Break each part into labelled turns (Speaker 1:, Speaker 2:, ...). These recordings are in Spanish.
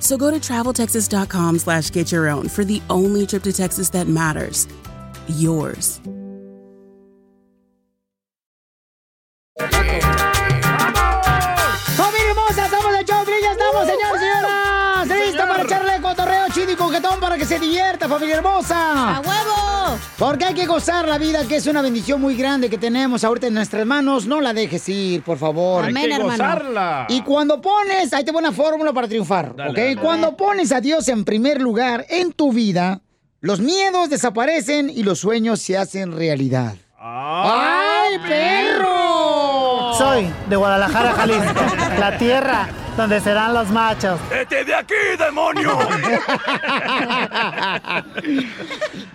Speaker 1: So go to traveltexas.com slash get your own for the only trip to Texas that matters. Yours.
Speaker 2: ¡Familia hermosa! ¡Somos el show, Trilla! ¡Estamos, señores, señoras! ¡Listo para echarle cotorreo chido y coquetón para que se divierta, familia hermosa!
Speaker 3: ¡A huevo!
Speaker 2: Porque hay que gozar la vida, que es una bendición muy grande que tenemos ahorita en nuestras manos. No la dejes ir, por favor.
Speaker 3: Amén, Hay que hermano. gozarla.
Speaker 2: Y cuando pones, ahí te pone una fórmula para triunfar,
Speaker 3: Dale,
Speaker 2: ¿ok?
Speaker 3: dale.
Speaker 2: Cuando pones a Dios en primer lugar en tu vida, los miedos desaparecen y los sueños se hacen realidad.
Speaker 3: ¡Ay, perro!
Speaker 4: Soy de Guadalajara, Jalisco, la tierra donde serán los machos.
Speaker 3: ¡Vete Este de aquí, demonio!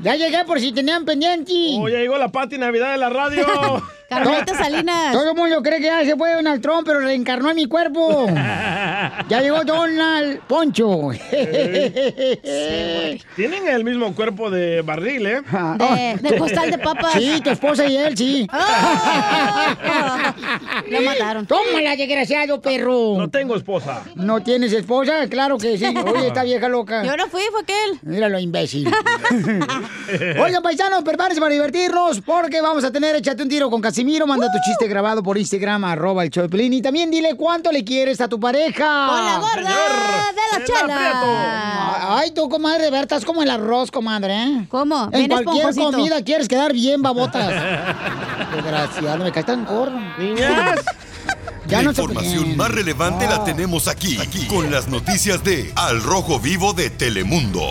Speaker 2: Ya llegué por si tenían pendiente.
Speaker 5: Oh, ya llegó la Pati Navidad de la radio.
Speaker 2: Todo- Todo el mundo cree que ya se fue Donald Trump, pero reencarnó en mi cuerpo. ya llegó Donald Poncho.
Speaker 5: Tienen el mismo cuerpo de barril, ¿eh?
Speaker 2: De- de costal de papas. Ah. Sí, tu esposa y él, sí.
Speaker 6: Ah.
Speaker 3: Lo mataron.
Speaker 2: Tómala, desgraciado perro. No
Speaker 5: tengo esposa.
Speaker 2: ¿No tienes esposa? Claro que sí. Oye, esta vieja loca.
Speaker 3: Yo no fui, fue aquel.
Speaker 2: Míralo, imbécil. Oigan, paisanos, prepárense para divertirnos porque vamos a tener Échate un tiro con Casimiro. Manda tu chiste grabado por Instagram, arroba el show de Piolín. Y también dile cuánto le quieres a tu pareja.
Speaker 3: Con la gorda de la chela.
Speaker 2: Ay, tú, comadre, de verdad, estás como el arroz, comadre, ¿eh? ¿Cómo? En
Speaker 3: Bien
Speaker 2: cualquier
Speaker 3: esponjosito.
Speaker 2: comida quieres quedar bien, babotas. Desgraciado, me caes tan gordo. Niñas. Ya
Speaker 7: la
Speaker 2: no se Ah.
Speaker 7: información más relevante la tenemos aquí, aquí, con las noticias de Al Rojo Vivo de Telemundo.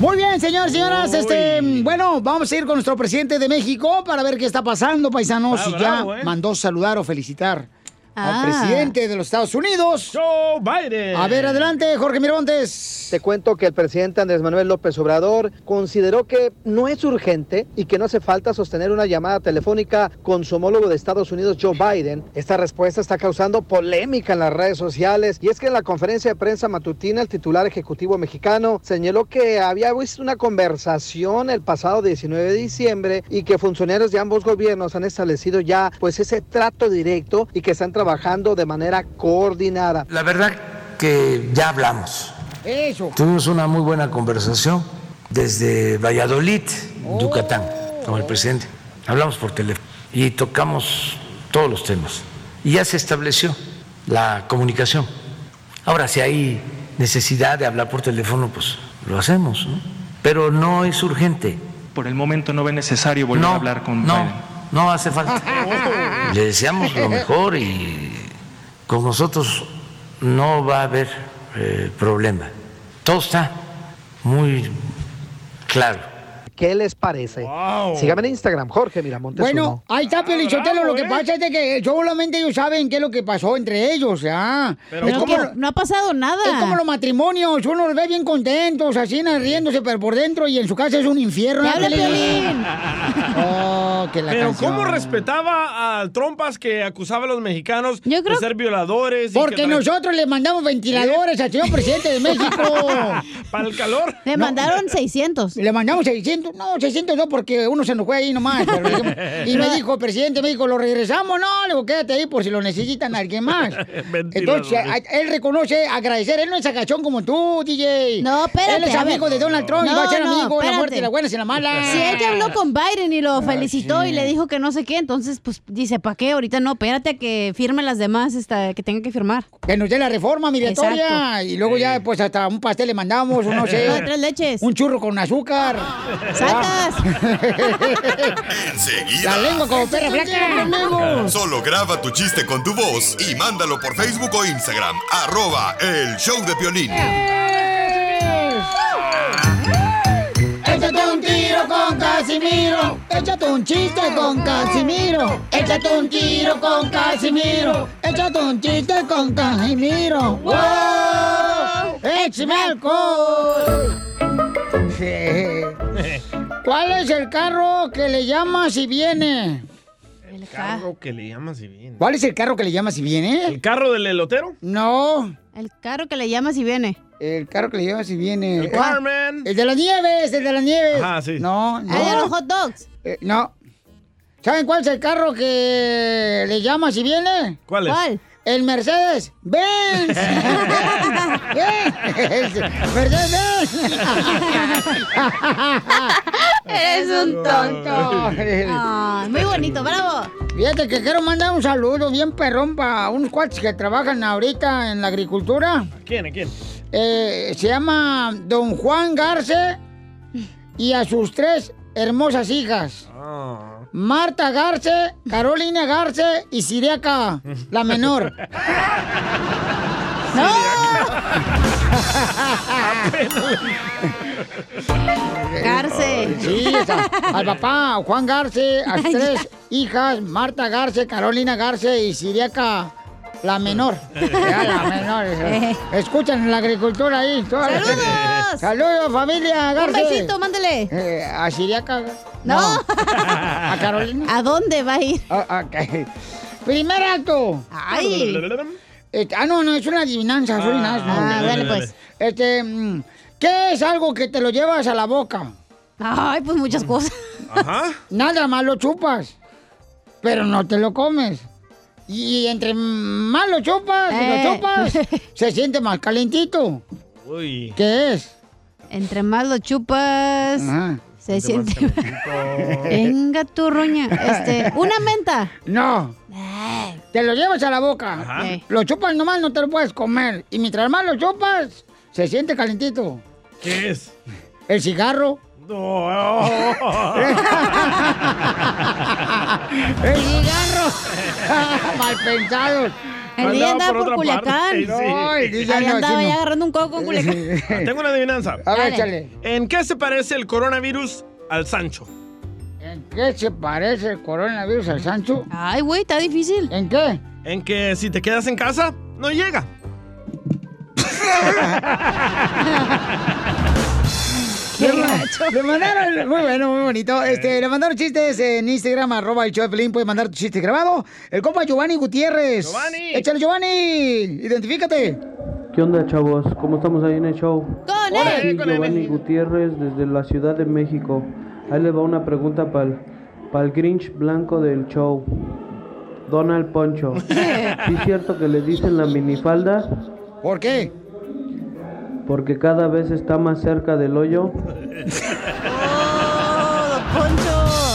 Speaker 2: Muy bien, señores, señoras, este, bueno, vamos a ir con nuestro presidente de México para ver qué está pasando, paisanos,
Speaker 3: Está
Speaker 2: y ya
Speaker 3: bravo, ¿eh?
Speaker 2: mandó saludar o felicitar
Speaker 3: Ah.
Speaker 2: al presidente de los Estados Unidos.
Speaker 5: Joe Biden.
Speaker 2: A ver, adelante, Jorge Miramontes.
Speaker 8: Te cuento que el presidente Andrés Manuel López Obrador consideró que no es urgente y que no hace falta sostener una llamada telefónica con su homólogo de Estados Unidos, Joe Biden. Esta respuesta está causando polémica en las redes sociales y es que en la conferencia de prensa matutina el titular ejecutivo mexicano señaló que había visto una conversación el pasado 19 de diciembre y que funcionarios de ambos gobiernos han establecido ya pues ese trato directo y que están trabajando de manera coordinada.
Speaker 9: La verdad que ya hablamos.
Speaker 2: Eso.
Speaker 9: Tuvimos una muy buena conversación desde Valladolid, Yucatán, con el presidente. Hablamos por teléfono y tocamos todos los temas. Y ya se estableció la comunicación. Ahora, si hay necesidad de hablar por teléfono, pues lo hacemos, ¿no? Pero no es urgente.
Speaker 10: Por el momento no ve necesario volver
Speaker 9: No,
Speaker 10: a hablar con
Speaker 9: no,
Speaker 10: Biden.
Speaker 9: No hace falta. Le deseamos lo mejor y con nosotros no va a haber eh, problema. Todo está muy claro.
Speaker 8: ¿Qué les parece? Síganme en Instagram, Jorge Miramontes.
Speaker 2: Bueno,
Speaker 8: uno.
Speaker 2: ahí está Pelichotelo, lo que pasa es de que solamente ellos saben qué es lo que pasó entre ellos, ya.
Speaker 3: Pero Pero que
Speaker 2: no ha pasado nada. Es como los matrimonios, uno los ve bien contentos, así na, riéndose, pero por dentro y en su casa es un infierno.
Speaker 3: ¡Te habla
Speaker 2: Piolín?
Speaker 3: Piolín!
Speaker 2: Oh, que la
Speaker 5: Pero
Speaker 2: canción.
Speaker 5: ¿cómo respetaba a Trompas que acusaba a los mexicanos de ser violadores? y que
Speaker 2: Porque
Speaker 5: tra-
Speaker 2: nosotros le mandamos ventiladores al señor presidente de México.
Speaker 5: Para el calor.
Speaker 2: Le mandaron 600. Le mandamos 600. No, 600 no, porque uno se enojó ahí nomás. pero dijimos- y me dijo, presidente, me dijo, ¿lo regresamos? No, le digo, quédate ahí por si lo necesitan alguien más. Entonces, a- él reconoce agradecer. Él no es agachón como tú, DJ. No,
Speaker 3: espérate,
Speaker 2: Él es
Speaker 3: a ver.
Speaker 2: amigo de Donald Trump y
Speaker 3: No,
Speaker 2: va a ser
Speaker 3: no,
Speaker 2: amigo de la
Speaker 3: espérate.
Speaker 2: muerte, de la buena y la mala.
Speaker 3: Si él ya habló con Biden y lo felicitó
Speaker 6: habló y le dijo que no sé qué, entonces pues dice, ¿para qué? Ahorita no, espérate a que firme las demás, esta, que tengan que firmar.
Speaker 2: Que nos dé la reforma migratoria
Speaker 6: Exacto.
Speaker 2: y luego ya pues hasta un pastel le mandamos, o no sé.
Speaker 6: No, tres leches.
Speaker 2: Un churro con azúcar.
Speaker 6: ¡Saltas!
Speaker 7: Enseguida.
Speaker 2: la lengua como perra flaca.
Speaker 7: Solo graba tu chiste con tu voz y mándalo por Facebook o Instagram. Arroba el show de Piolín.
Speaker 2: Échate un tiro con Casimiro. Échate un chiste con Casimiro. Échate un tiro con Casimiro. Échate un chiste con Casimiro. ¡Wow! ¡Échame alcohol! ¿Cuál es el carro que le llama si viene?
Speaker 5: El carro que le llamas si viene.
Speaker 2: ¿Cuál es el carro que le llama si viene?
Speaker 5: ¿El carro del elotero?
Speaker 2: No.
Speaker 6: El carro que le llama si viene.
Speaker 2: El carro que le llama si viene.
Speaker 5: El
Speaker 2: Ah,
Speaker 5: Carmen.
Speaker 2: El de las nieves, el de las nieves.
Speaker 5: Ajá, sí.
Speaker 2: No, no.
Speaker 6: ¿El de los hot dogs?
Speaker 2: Eh, no. ¿Saben cuál es el carro que le llama si viene?
Speaker 5: ¿Cuál es? ¿Cuál?
Speaker 2: El Mercedes Benz. Mercedes Benz. Ah.
Speaker 6: Eres un tonto. Ah, muy bonito, bravo.
Speaker 2: Fíjate que quiero mandar un saludo bien perrón para unos cuates que trabajan ahorita en la agricultura.
Speaker 5: ¿Quién? ¿A quién?
Speaker 2: Eh, se llama Don Juan Garce y a sus tres hermosas hijas. Marta Garce, Carolina Garce y Siriaca, la menor. ¡No!
Speaker 6: Garce.
Speaker 2: Sí, o sea, al papá, Juan Garce, a sus tres hijas, Marta Garce, Carolina Garce y Siriaca, la menor. Ya, la menor.
Speaker 6: Eh.
Speaker 2: Escuchan la agricultura ahí. toda la-
Speaker 6: ¡Saludos!
Speaker 2: ¡Saludos, familia
Speaker 6: Un
Speaker 2: Garce!
Speaker 6: besito, mándele.
Speaker 2: Eh, a Siriaca.
Speaker 6: No.
Speaker 2: ¿A Carolina? Ah,
Speaker 6: ¿A dónde va a ir?
Speaker 2: Primer acto.
Speaker 6: Ay.
Speaker 2: Este, ah, no, no, es una adivinanza, es una adivinanza.
Speaker 6: Ah, Ah, dale, dale, pues.
Speaker 2: Este, mm, ¿qué es algo que te lo llevas a la boca? Mm.
Speaker 6: Ay, pues muchas cosas.
Speaker 5: Ajá.
Speaker 2: Nada más lo chupas, pero no te lo comes. Y entre más lo chupas y lo
Speaker 6: Eh.
Speaker 2: chupas, se siente más calentito.
Speaker 5: Uy.
Speaker 2: ¿Qué es?
Speaker 6: Entre más lo chupas, se siente. Venga tu roña. Este, una menta. Eh.
Speaker 2: No. Te lo llevas a la boca. Lo chupas nomás, no te lo puedes comer. Y mientras más lo chupas, se siente calentito.
Speaker 5: ¿Qué es?
Speaker 2: El cigarro. ¡El cigarro! Mal pensados.
Speaker 6: El día andaba por, Culiacán.
Speaker 2: Ay,
Speaker 6: Ahí
Speaker 2: dice, no,
Speaker 6: andaba
Speaker 2: sí,
Speaker 6: ya
Speaker 2: no.
Speaker 6: agarrando un coco en Culiacán.
Speaker 5: Ah, Tengo una adivinanza.
Speaker 2: A ver, Dale. échale.
Speaker 5: ¿En qué se parece el coronavirus al Sancho?
Speaker 2: ¿En qué se parece el coronavirus al Sancho?
Speaker 6: Ay, güey, está difícil.
Speaker 2: ¿En qué?
Speaker 5: En que si te quedas en casa, no llega.
Speaker 2: Le, ma- le mandaron, muy bueno, muy bonito. Este, le mandaron chistes en Instagram, arroba el show de Piolín, puedes mandar tu chiste grabado. El compa Giovanni Gutiérrez. Giovanni. Échale, Giovanni. Identifícate.
Speaker 10: ¿Qué onda, chavos? ¿Cómo estamos ahí en el show?
Speaker 6: ¡Con
Speaker 2: Órale,
Speaker 10: Aquí
Speaker 2: él! con él,
Speaker 10: Giovanni Gutiérrez desde la Ciudad de México. Ahí le va una pregunta para el, Grinch blanco del show. Donald Poncho. ¿Sí es cierto que le dicen la minifalda?
Speaker 2: ¿Por qué?
Speaker 10: Porque cada vez está más cerca del hoyo.
Speaker 6: Poncho.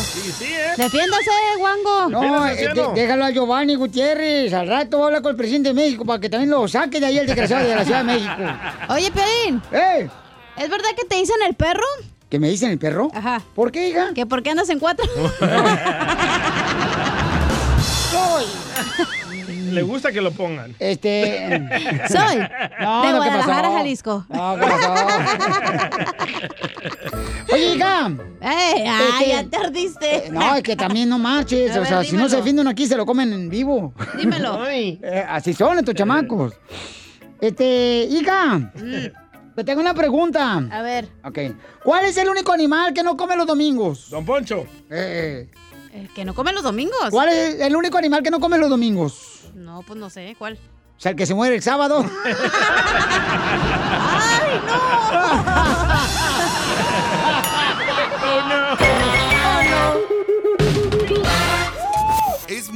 Speaker 5: Sí, sí, ¿eh?
Speaker 6: Defiéndase, guango.
Speaker 2: No, eh, de- déjalo a Giovanni Gutiérrez. Al rato va a hablar con el presidente de México para que también lo saque de ahí el desgraciado de la Ciudad de México.
Speaker 6: Oye, Piolín.
Speaker 2: ¡Eh!
Speaker 6: ¿Es verdad que te dicen el perro?
Speaker 2: ¿Que me dicen el perro?
Speaker 6: Ajá.
Speaker 2: ¿Por qué, hija?
Speaker 6: ¿Que por qué andas en cuatro?
Speaker 2: Soy.
Speaker 5: Le gusta que lo pongan.
Speaker 2: Mm. Este.
Speaker 6: Soy.
Speaker 2: No,
Speaker 6: de
Speaker 2: no, ¿qué pasó?
Speaker 6: Guadalajara, Jalisco.
Speaker 2: No, ¿qué Oye, hija.
Speaker 6: Ey, Eh, ay,
Speaker 2: Este-
Speaker 6: ya te ardiste.
Speaker 2: No, es que también no marches.
Speaker 6: A
Speaker 2: o
Speaker 6: ver,
Speaker 2: sea, si no
Speaker 6: dímelo.
Speaker 2: se defienden aquí, se lo comen en vivo.
Speaker 6: Dímelo.
Speaker 2: Eh, así son estos chamacos. Este, hija. Te tengo una pregunta.
Speaker 6: Mm. A ver.
Speaker 2: Ok. ¿Cuál es el único animal que no come los domingos?
Speaker 5: Don Poncho.
Speaker 2: Eh,
Speaker 6: ¿El ¿Que no come los domingos?
Speaker 2: ¿Cuál es el único animal que no come los domingos?
Speaker 6: No, pues no sé, ¿cuál?
Speaker 2: O sea, el que se muere el sábado.
Speaker 6: ¡Ay, no!
Speaker 7: Es momento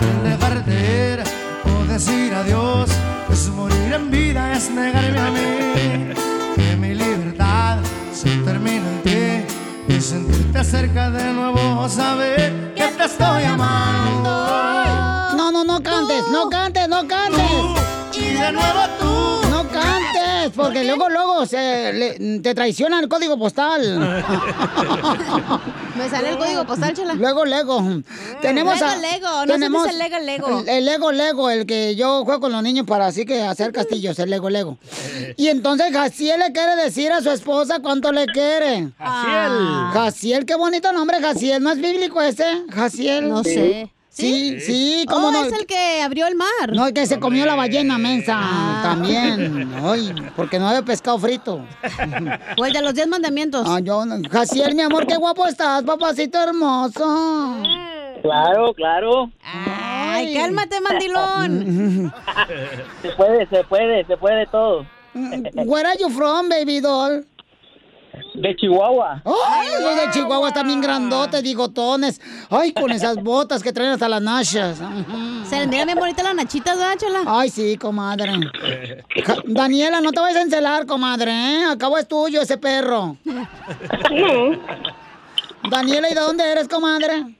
Speaker 11: El dejarte ir o decir adiós es morir en vida, es negarme a mí. Que mi libertad se termina en ti y sentirte cerca de nuevo, saber que te estoy amando.
Speaker 2: No, no, no cantes, no cantes, no cantes.
Speaker 11: Y de nuevo tú.
Speaker 2: No cantes, porque luego, luego se, le- te traiciona el código postal.
Speaker 6: Me sale el código postal, chela.
Speaker 2: Luego, luego. Tenemos
Speaker 6: Lego,
Speaker 2: a-
Speaker 6: Lego, no se
Speaker 2: tenemos
Speaker 6: dice Lego, Lego.
Speaker 2: El, el Lego, Lego, el que yo juego con los niños para así que hacer castillos, el Lego, Lego. Y entonces Jaciel le quiere decir a su esposa cuánto le quiere. Ah.
Speaker 11: Jaciel.
Speaker 2: Jaciel, qué bonito nombre, Jaciel. ¿No es bíblico ese? Jaciel.
Speaker 6: No sé.
Speaker 2: Sí, sí, cómo
Speaker 6: Oh,
Speaker 2: no.
Speaker 6: es el que abrió el mar. Ah.
Speaker 2: No, el que se comió la ballena mensa también. Ay, porque no había pescado frito.
Speaker 6: O el de los diez mandamientos.
Speaker 2: Ah, yo, Jaciel, mi amor, qué guapo estás, papacito hermoso.
Speaker 12: Claro, claro.
Speaker 6: Ay, cálmate, mandilón.
Speaker 12: Se puede, se puede, se puede todo.
Speaker 2: Mm, Where are you from, baby doll?
Speaker 12: De Chihuahua.
Speaker 2: Ay, los de Chihuahua están bien grandotes, bigotones. Ay, con esas botas que traen hasta las nachas.
Speaker 6: Se le mira bien bonita la nachita, dáchala.
Speaker 2: Ay, sí,
Speaker 13: Oh,
Speaker 2: comadre. Ja- Daniela, no te vayas a encelar, comadre, ¿eh? Acabo es tuyo ese perro. Daniela, ¿y de dónde eres, comadre?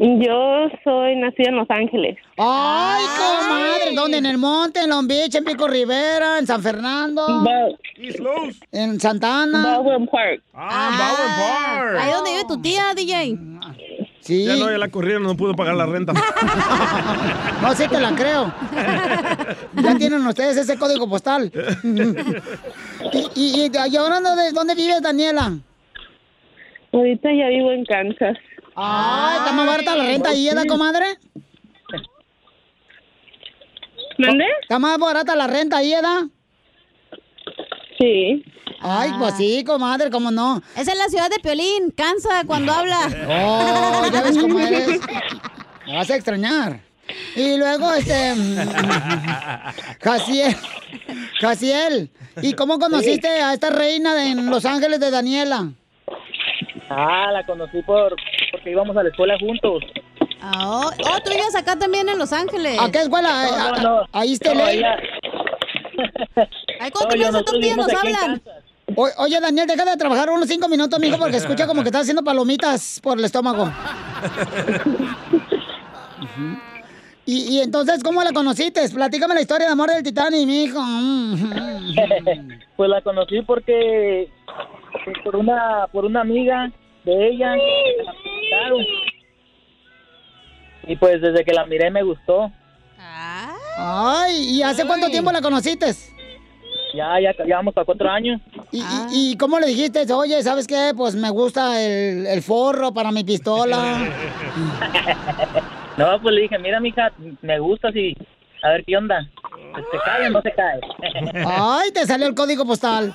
Speaker 13: Yo soy nacida en Los Ángeles.
Speaker 2: Ay, comadre, ¿dónde? En el monte, en Long Beach, en Pico Rivera, en San Fernando. En Santa Ana.
Speaker 13: Park.
Speaker 5: Ah, Baldwin Park.
Speaker 6: Ahí donde vive tu tía, DJ.
Speaker 2: Sí.
Speaker 5: Ya no, ya la corrieron, no pudo pagar la renta.
Speaker 2: No, sí te la creo. Ya tienen ustedes ese código postal. Y, y, y, y ahora, ¿dónde, dónde vives, Daniela?
Speaker 13: Ahorita ya vivo en Kansas.
Speaker 2: Ay,
Speaker 3: Ah,
Speaker 2: ¿está más barata la renta ahí, ¿verdad, comadre?
Speaker 13: ¿Mande?
Speaker 2: ¿Está más barata la renta ahí, ¿verdad?
Speaker 13: Sí.
Speaker 2: Ay, pues sí, comadre, cómo no.
Speaker 6: Esa Ah. es la ciudad de Piolín, cansa cuando habla.
Speaker 2: Oh, ya ves cómo eres. Me vas a extrañar. Y luego, este, Jaciel, Jaciel, ¿y cómo conociste a esta reina de, en Los Ángeles de Daniela?
Speaker 12: Ah, la conocí por porque íbamos a la escuela juntos.
Speaker 6: Ah, Oh, oh, tú vives acá también en Los Ángeles.
Speaker 2: ¿A qué escuela? Eh,
Speaker 12: No, no, no.
Speaker 2: Ahí está
Speaker 12: No,
Speaker 2: ley.
Speaker 12: ella-
Speaker 6: Ay,
Speaker 12: No,
Speaker 6: ¿cuánto
Speaker 12: yo-
Speaker 6: piensas
Speaker 12: nosotros
Speaker 6: tus tías
Speaker 12: vivimos
Speaker 6: nos
Speaker 12: pues, aquí en
Speaker 6: hablan?
Speaker 2: O- oye, Daniel, deja de trabajar unos cinco minutos, mijo, porque escucha como que estás haciendo palomitas por el estómago. Y, y entonces, ¿cómo la conociste? Platícame la historia de amor del Titanic, mijo. Mm.
Speaker 12: pues la conocí porque pues, por una por una amiga de ella que la presentaron. y pues desde que la miré me gustó
Speaker 2: Ay, ¿y hace cuánto tiempo la conociste?
Speaker 12: ya ya ya vamos para cuatro años Ah.
Speaker 2: ¿Y, y, y cómo le dijiste? Oye, ¿sabes qué? Pues me gusta el, el forro para mi pistola.
Speaker 12: no pues le dije mira mija me gusta y a ver qué onda Pues, se cae o no se cae
Speaker 2: Ay, te salió el código postal.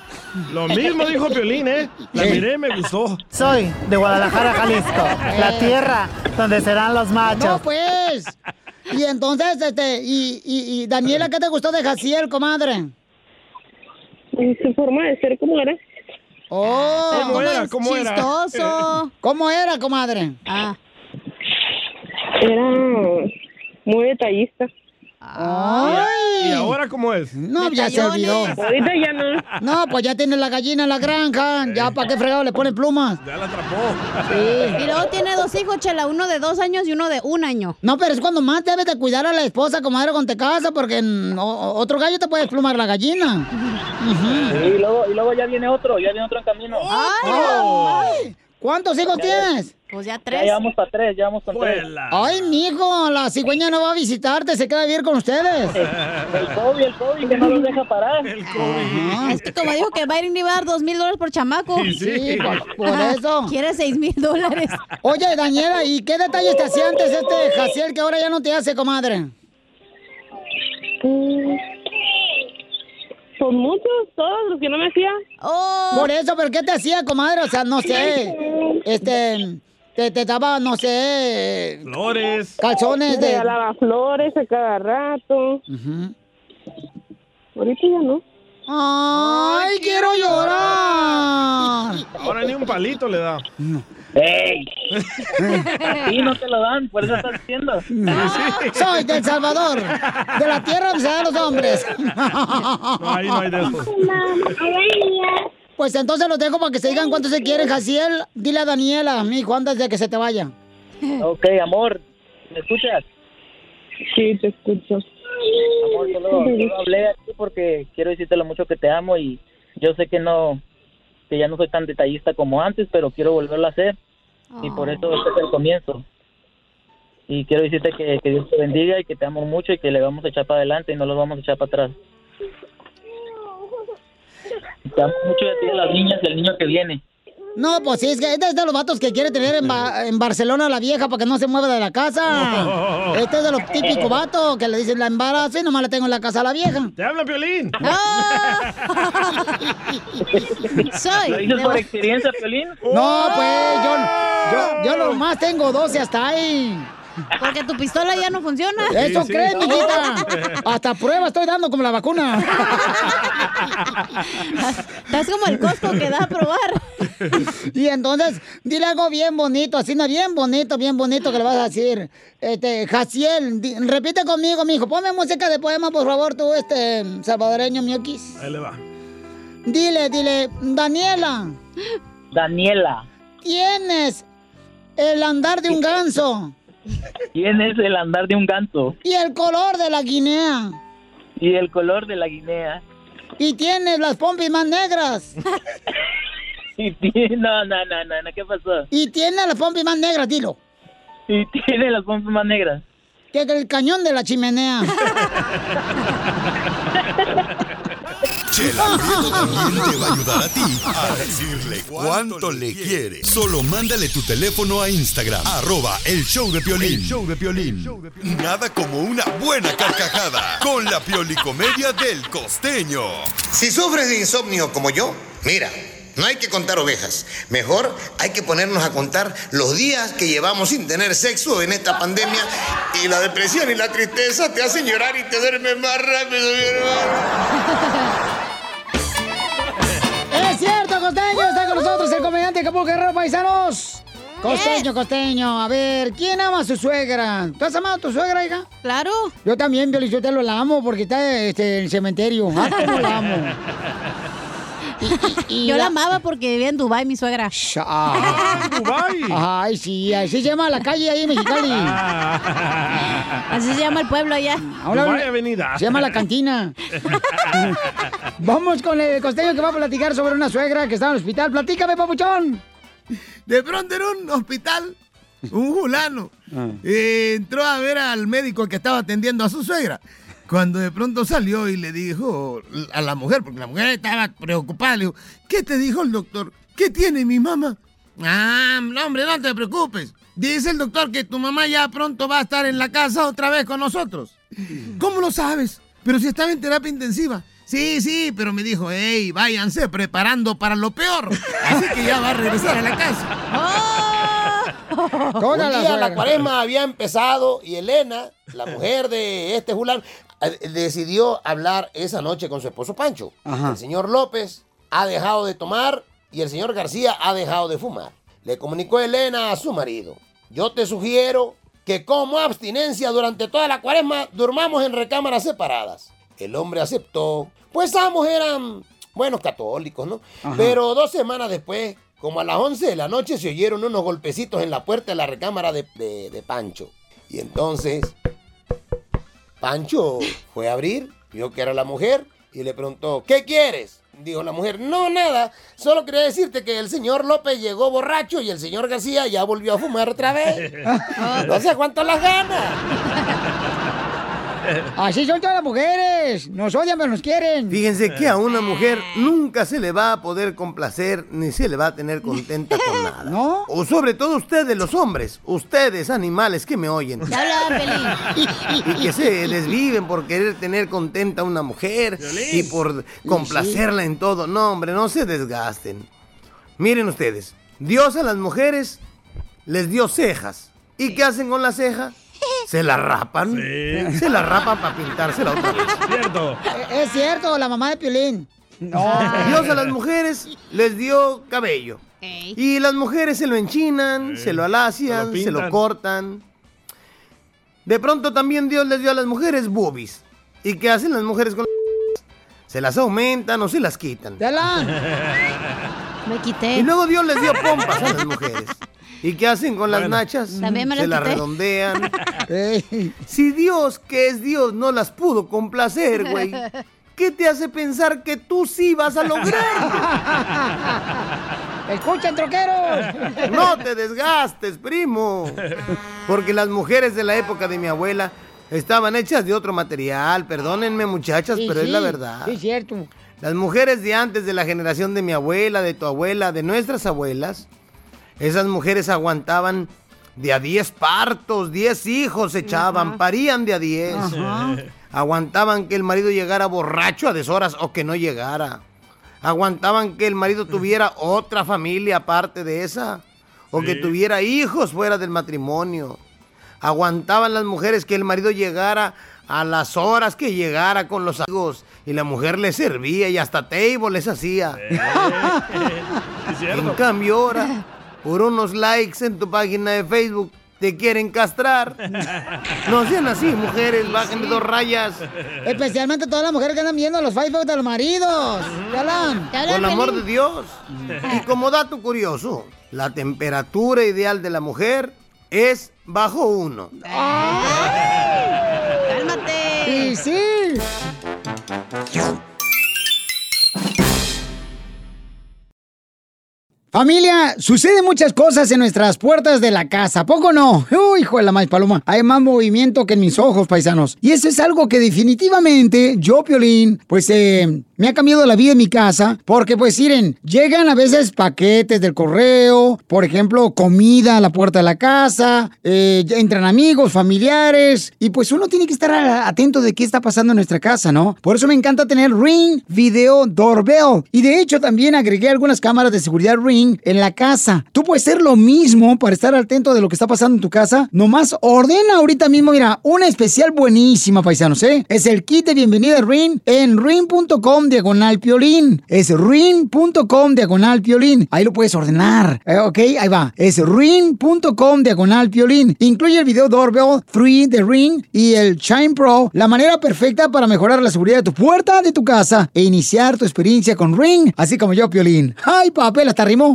Speaker 5: Lo mismo dijo Piolín, ¿eh? La miré, me gustó.
Speaker 4: Soy de Guadalajara, Jalisco,
Speaker 2: Eh.
Speaker 4: la tierra donde serán los
Speaker 2: No,
Speaker 4: machos.
Speaker 2: pues. Y entonces, este, y, y, y Daniela, ¿qué te gustó de Jaciel, comadre?
Speaker 13: Pues, Su forma de ser, ¿cómo era?
Speaker 2: Oh,
Speaker 13: ¿Cómo era? ¿Cómo era?
Speaker 6: Chistoso.
Speaker 2: ¿Cómo era, comadre?
Speaker 6: Ah.
Speaker 13: Era muy detallista.
Speaker 2: Ay.
Speaker 5: ¿Y ahora cómo es?
Speaker 2: No, ya se olvidó.
Speaker 13: Ahorita ya no.
Speaker 2: No, pues ya tiene la gallina en la granja. Ya, ¿para qué fregado le pone plumas?
Speaker 5: Ya la atrapó.
Speaker 6: Y luego tiene dos hijos, Chela, uno de dos años y uno de un año.
Speaker 2: No, pero es cuando más debes de cuidar a la esposa, comadre, cuando te casas, porque mm, o- otro gallo te puede desplumar la gallina.
Speaker 12: y luego y luego ya viene otro ya viene otro en camino
Speaker 2: Ay. ¿Cuántos hijos tienes?
Speaker 6: Pues ya
Speaker 12: Ya llevamos para tres, ya vamos con tres.
Speaker 2: Ay, mijo, la cigüeña no va a visitarte, se queda bien con ustedes.
Speaker 12: El COVID, el COVID, que no los deja parar.
Speaker 2: El
Speaker 6: Ah, es que como dijo que Biden iba a dar dos mil dólares por chamaco.
Speaker 2: Sí, sí. Sí, por- por eso.
Speaker 6: Quiere seis mil dólares.
Speaker 2: Oye, Daniela, ¿y qué detalles te hacía antes este Jaciel que ahora ya no te hace, comadre?
Speaker 14: Son Pues, muchos, todos los que no me hacía.
Speaker 2: Por eso, ¿pero qué te hacía, comadre? O sea, no sé. Este, te, te daba, no sé.
Speaker 5: Flores.
Speaker 2: Calzones
Speaker 14: Me
Speaker 2: de.
Speaker 14: regalaba flores a cada rato. Ahorita ya no.
Speaker 3: Ah.
Speaker 2: ¡Ay, quiero llorar!
Speaker 5: Ahora ni un palito le da.
Speaker 12: ¡Ey! A ti no te lo dan, por eso estás haciendo.
Speaker 2: Soy del Salvador, de la tierra donde se dan los hombres.
Speaker 12: ahí no hay de esos.
Speaker 2: Pues entonces los dejo para que se digan cuánto se quieren, Jaciel. Dile a Daniela, mi hijo, antes de que se te vaya.
Speaker 12: Ok, amor, ¿me escuchas?
Speaker 14: Sí, te escucho.
Speaker 12: Amor, solo, solo hablé a ti porque quiero decirte lo mucho que te amo y yo sé que no, que ya no soy tan detallista como antes, pero quiero volverlo a hacer y por eso este es el comienzo. Y quiero decirte que, que Dios te bendiga y que te amo mucho y que le vamos a echar para adelante y no los vamos a echar para atrás. Te amo mucho y a ti y a las niñas y al niño que viene.
Speaker 2: No, pues sí, es que este es de los vatos que quiere tener en, Ba- en Barcelona a la vieja para que no se mueva de la casa. Este es de los típicos vatos que le dicen la embarazo y nomás la tengo en la casa a la vieja. Ah.
Speaker 5: ¡Te habla, Piolín!
Speaker 12: ¿Lo
Speaker 2: Soy
Speaker 12: dices
Speaker 2: de
Speaker 12: por
Speaker 2: Ba-
Speaker 12: experiencia, Piolín?
Speaker 2: No, pues yo, yo, yo nomás tengo 12 hasta ahí.
Speaker 6: Porque tu pistola ya no funciona.
Speaker 2: Eso crees, mijita. Hasta prueba estoy dando como la vacuna.
Speaker 6: Estás como el Costco que da a probar.
Speaker 2: Y entonces, dile algo bien bonito, así no, bien bonito, bien bonito que le vas a decir. Este, Jaciel, di- repite conmigo, mijo. Ponme música de poema, por favor, tú, este, salvadoreño miokis.
Speaker 5: Ahí le va.
Speaker 2: Dile, dile, Daniela,
Speaker 12: Daniela,
Speaker 2: tienes el andar de un ganso
Speaker 12: ¿quién es el andar de un ganso?
Speaker 2: y el color de la guinea.
Speaker 12: Y el color de la guinea.
Speaker 2: Y tienes las pompis más negras.
Speaker 12: Y tiene- no, no, no, no, no, ¿qué pasó?
Speaker 2: Y tienes las pompis más negras, dilo.
Speaker 12: Y tiene las pompas más negras.
Speaker 2: Que el cañón de la chimenea.
Speaker 7: Chela Prieto también te va a ayudar a ti a decirle cuánto le quiere. Solo mándale tu teléfono a Instagram, arroba el show de Piolín. show de Piolín. Nada como una buena carcajada con la piolicomedia del costeño.
Speaker 15: Si sufres de insomnio como yo, mira, no hay que contar ovejas. Mejor hay que ponernos a contar los días que llevamos sin tener sexo en esta pandemia y la depresión y la tristeza te hacen llorar y te duermes más rápido, mi hermano.
Speaker 2: ¡Es cierto, Costeño! Está con nosotros el comediante Capul Guerrero Paisanos. Costeño, costeño. A ver, ¿quién ama a su suegra? ¿Tú has amado a tu suegra, hija?
Speaker 6: Claro.
Speaker 2: Yo también, Violín, yo te lo la amo porque está este, en el cementerio. Ah, cómo la amo. y
Speaker 6: Yo la
Speaker 2: la-
Speaker 6: amaba porque vivía en Dubai mi suegra.
Speaker 2: Ah, Ay, sí, así se llama la calle ahí en Mexicali.
Speaker 6: Así se llama el pueblo allá.
Speaker 2: Ahora- Se llama la cantina. Vamos con el costeño que va a platicar sobre una suegra que está en el hospital. Platícame, papuchón.
Speaker 3: De pronto en un hospital, un fulano eh, entró a ver al médico que estaba atendiendo a su suegra. Cuando de pronto salió y le dijo a la mujer, porque la mujer estaba preocupada, le dijo, ¿qué te dijo el doctor? ¿Qué tiene mi mamá? Ah, no, hombre, no te preocupes. Dice el doctor que tu mamá ya pronto va a estar en la casa otra vez con nosotros. ¿Cómo lo sabes? Pero si estaba en terapia intensiva. Sí, sí, pero me dijo, hey, váyanse preparando para lo peor. Así que ya va a regresar a la casa.
Speaker 15: Ah. Un día la cuaresma había empezado y Elena, la mujer de este Julán, eh, decidió hablar esa noche con su esposo Pancho.
Speaker 16: Ajá.
Speaker 15: El señor López ha dejado de tomar y el señor García ha dejado de fumar. Le comunicó Elena a su marido. Yo te sugiero que como abstinencia durante toda la cuaresma durmamos en recámaras separadas. El hombre aceptó, pues ambos eran buenos católicos, ¿no?
Speaker 16: Ajá.
Speaker 15: Pero dos semanas después, como a las 11 de la noche, se oyeron unos golpecitos en la puerta de la recámara de, de- de Pancho. Y entonces, Pancho fue a abrir, vio que era la mujer y le preguntó, ¿qué quieres?
Speaker 17: Dijo la mujer, no, nada, solo quería decirte que el señor López llegó borracho y el señor García ya volvió a fumar otra vez. No sé cuánto las ganas.
Speaker 2: Así son todas las mujeres. Nos odian, pero nos quieren.
Speaker 16: Fíjense que a una mujer nunca se le va a poder complacer ni se le va a tener contenta con nada. ¿No? O sobre todo ustedes, los hombres. Ustedes, animales que me oyen. Y que se desviven por querer tener contenta a una mujer y por complacerla en todo. No, hombre, no se desgasten. Miren ustedes, Dios a las mujeres les dio cejas. ¿Y qué hacen con la ceja? Se la rapan. Se la rapan para pintársela otra vez.
Speaker 5: Cierto.
Speaker 2: E-, Es cierto, la mamá de Piolín.
Speaker 16: Dios a las mujeres les dio cabello. Y las mujeres se lo enchinan, se lo alacian,
Speaker 11: Se lo
Speaker 16: se lo
Speaker 11: pintan.
Speaker 16: cortan. De pronto también Dios les dio a las mujeres boobies. ¿Y qué hacen las mujeres con las Se las aumentan o se las quitan.
Speaker 6: Me quité.
Speaker 16: Y luego Dios les dio pompas a las mujeres. ¿Y qué hacen con las nachas?
Speaker 6: También me
Speaker 16: Se
Speaker 6: las
Speaker 16: las
Speaker 6: quité.
Speaker 16: redondean. si Dios, que es Dios, no las pudo complacer, güey, ¿qué te hace pensar que tú sí vas a lograr?
Speaker 2: ¡Escuchen, troqueros!
Speaker 16: No te desgastes, primo. Porque las mujeres de la época de mi abuela estaban hechas de otro material. Perdónenme, muchachas, pero es la verdad.
Speaker 2: Sí, cierto.
Speaker 16: Las mujeres de antes, de la generación de mi abuela, de tu abuela, de nuestras abuelas, esas mujeres aguantaban de a 10 partos, 10 hijos echaban, parían de a 10.
Speaker 11: Ajá.
Speaker 16: Aguantaban que el marido llegara borracho a deshoras o que no llegara. Aguantaban que el marido tuviera otra familia aparte de esa. O que
Speaker 11: Sí.
Speaker 16: tuviera hijos fuera del matrimonio. Aguantaban las mujeres que el marido llegara a las horas que llegara con los amigos. Y la mujer les servía y hasta table les hacía. En cambio ahora, por unos likes en tu página de Facebook, te quieren castrar. No sean así, mujeres, bajen de dos rayas.
Speaker 2: Especialmente todas las mujeres que andan viendo los Facebook de los maridos. Galán.
Speaker 16: Con amor de Dios. Y como dato curioso, la temperatura ideal de la mujer es bajo uno.
Speaker 6: ¡Cálmate!
Speaker 2: Y sí. Familia, suceden muchas cosas en nuestras puertas de la casa, ¿a ¿poco no? Uy, hijo de la más paloma, hay más movimiento que en mis ojos, paisanos. Y eso es algo que definitivamente yo, Piolín, pues eh, me ha cambiado la vida en mi casa, porque pues miren, llegan a veces paquetes del correo, por ejemplo, comida a la puerta de la casa, eh, entran amigos, familiares, y pues uno tiene que estar a- atento de qué está pasando en nuestra casa, ¿no? Por eso me encanta tener Ring Video Doorbell. Y de hecho también agregué algunas cámaras de seguridad Ring en la casa. Tú puedes hacer lo mismo para estar atento de lo que está pasando en tu casa. Nomás ordena ahorita mismo, mira, una especial buenísima, paisanos, ¿eh? Es el kit de bienvenida Ring en ring.com diagonal piolín. Es ring.com diagonal piolín. Ahí lo puedes ordenar. Eh, ok, ahí va. Es ring.com diagonal piolín. Incluye el video Doorbell 3 de Ring y el Chime Pro, la manera perfecta para mejorar la seguridad de tu puerta de tu casa e iniciar tu experiencia con Ring, así como yo, Piolín. ¡Ay, papel! Hasta rimó.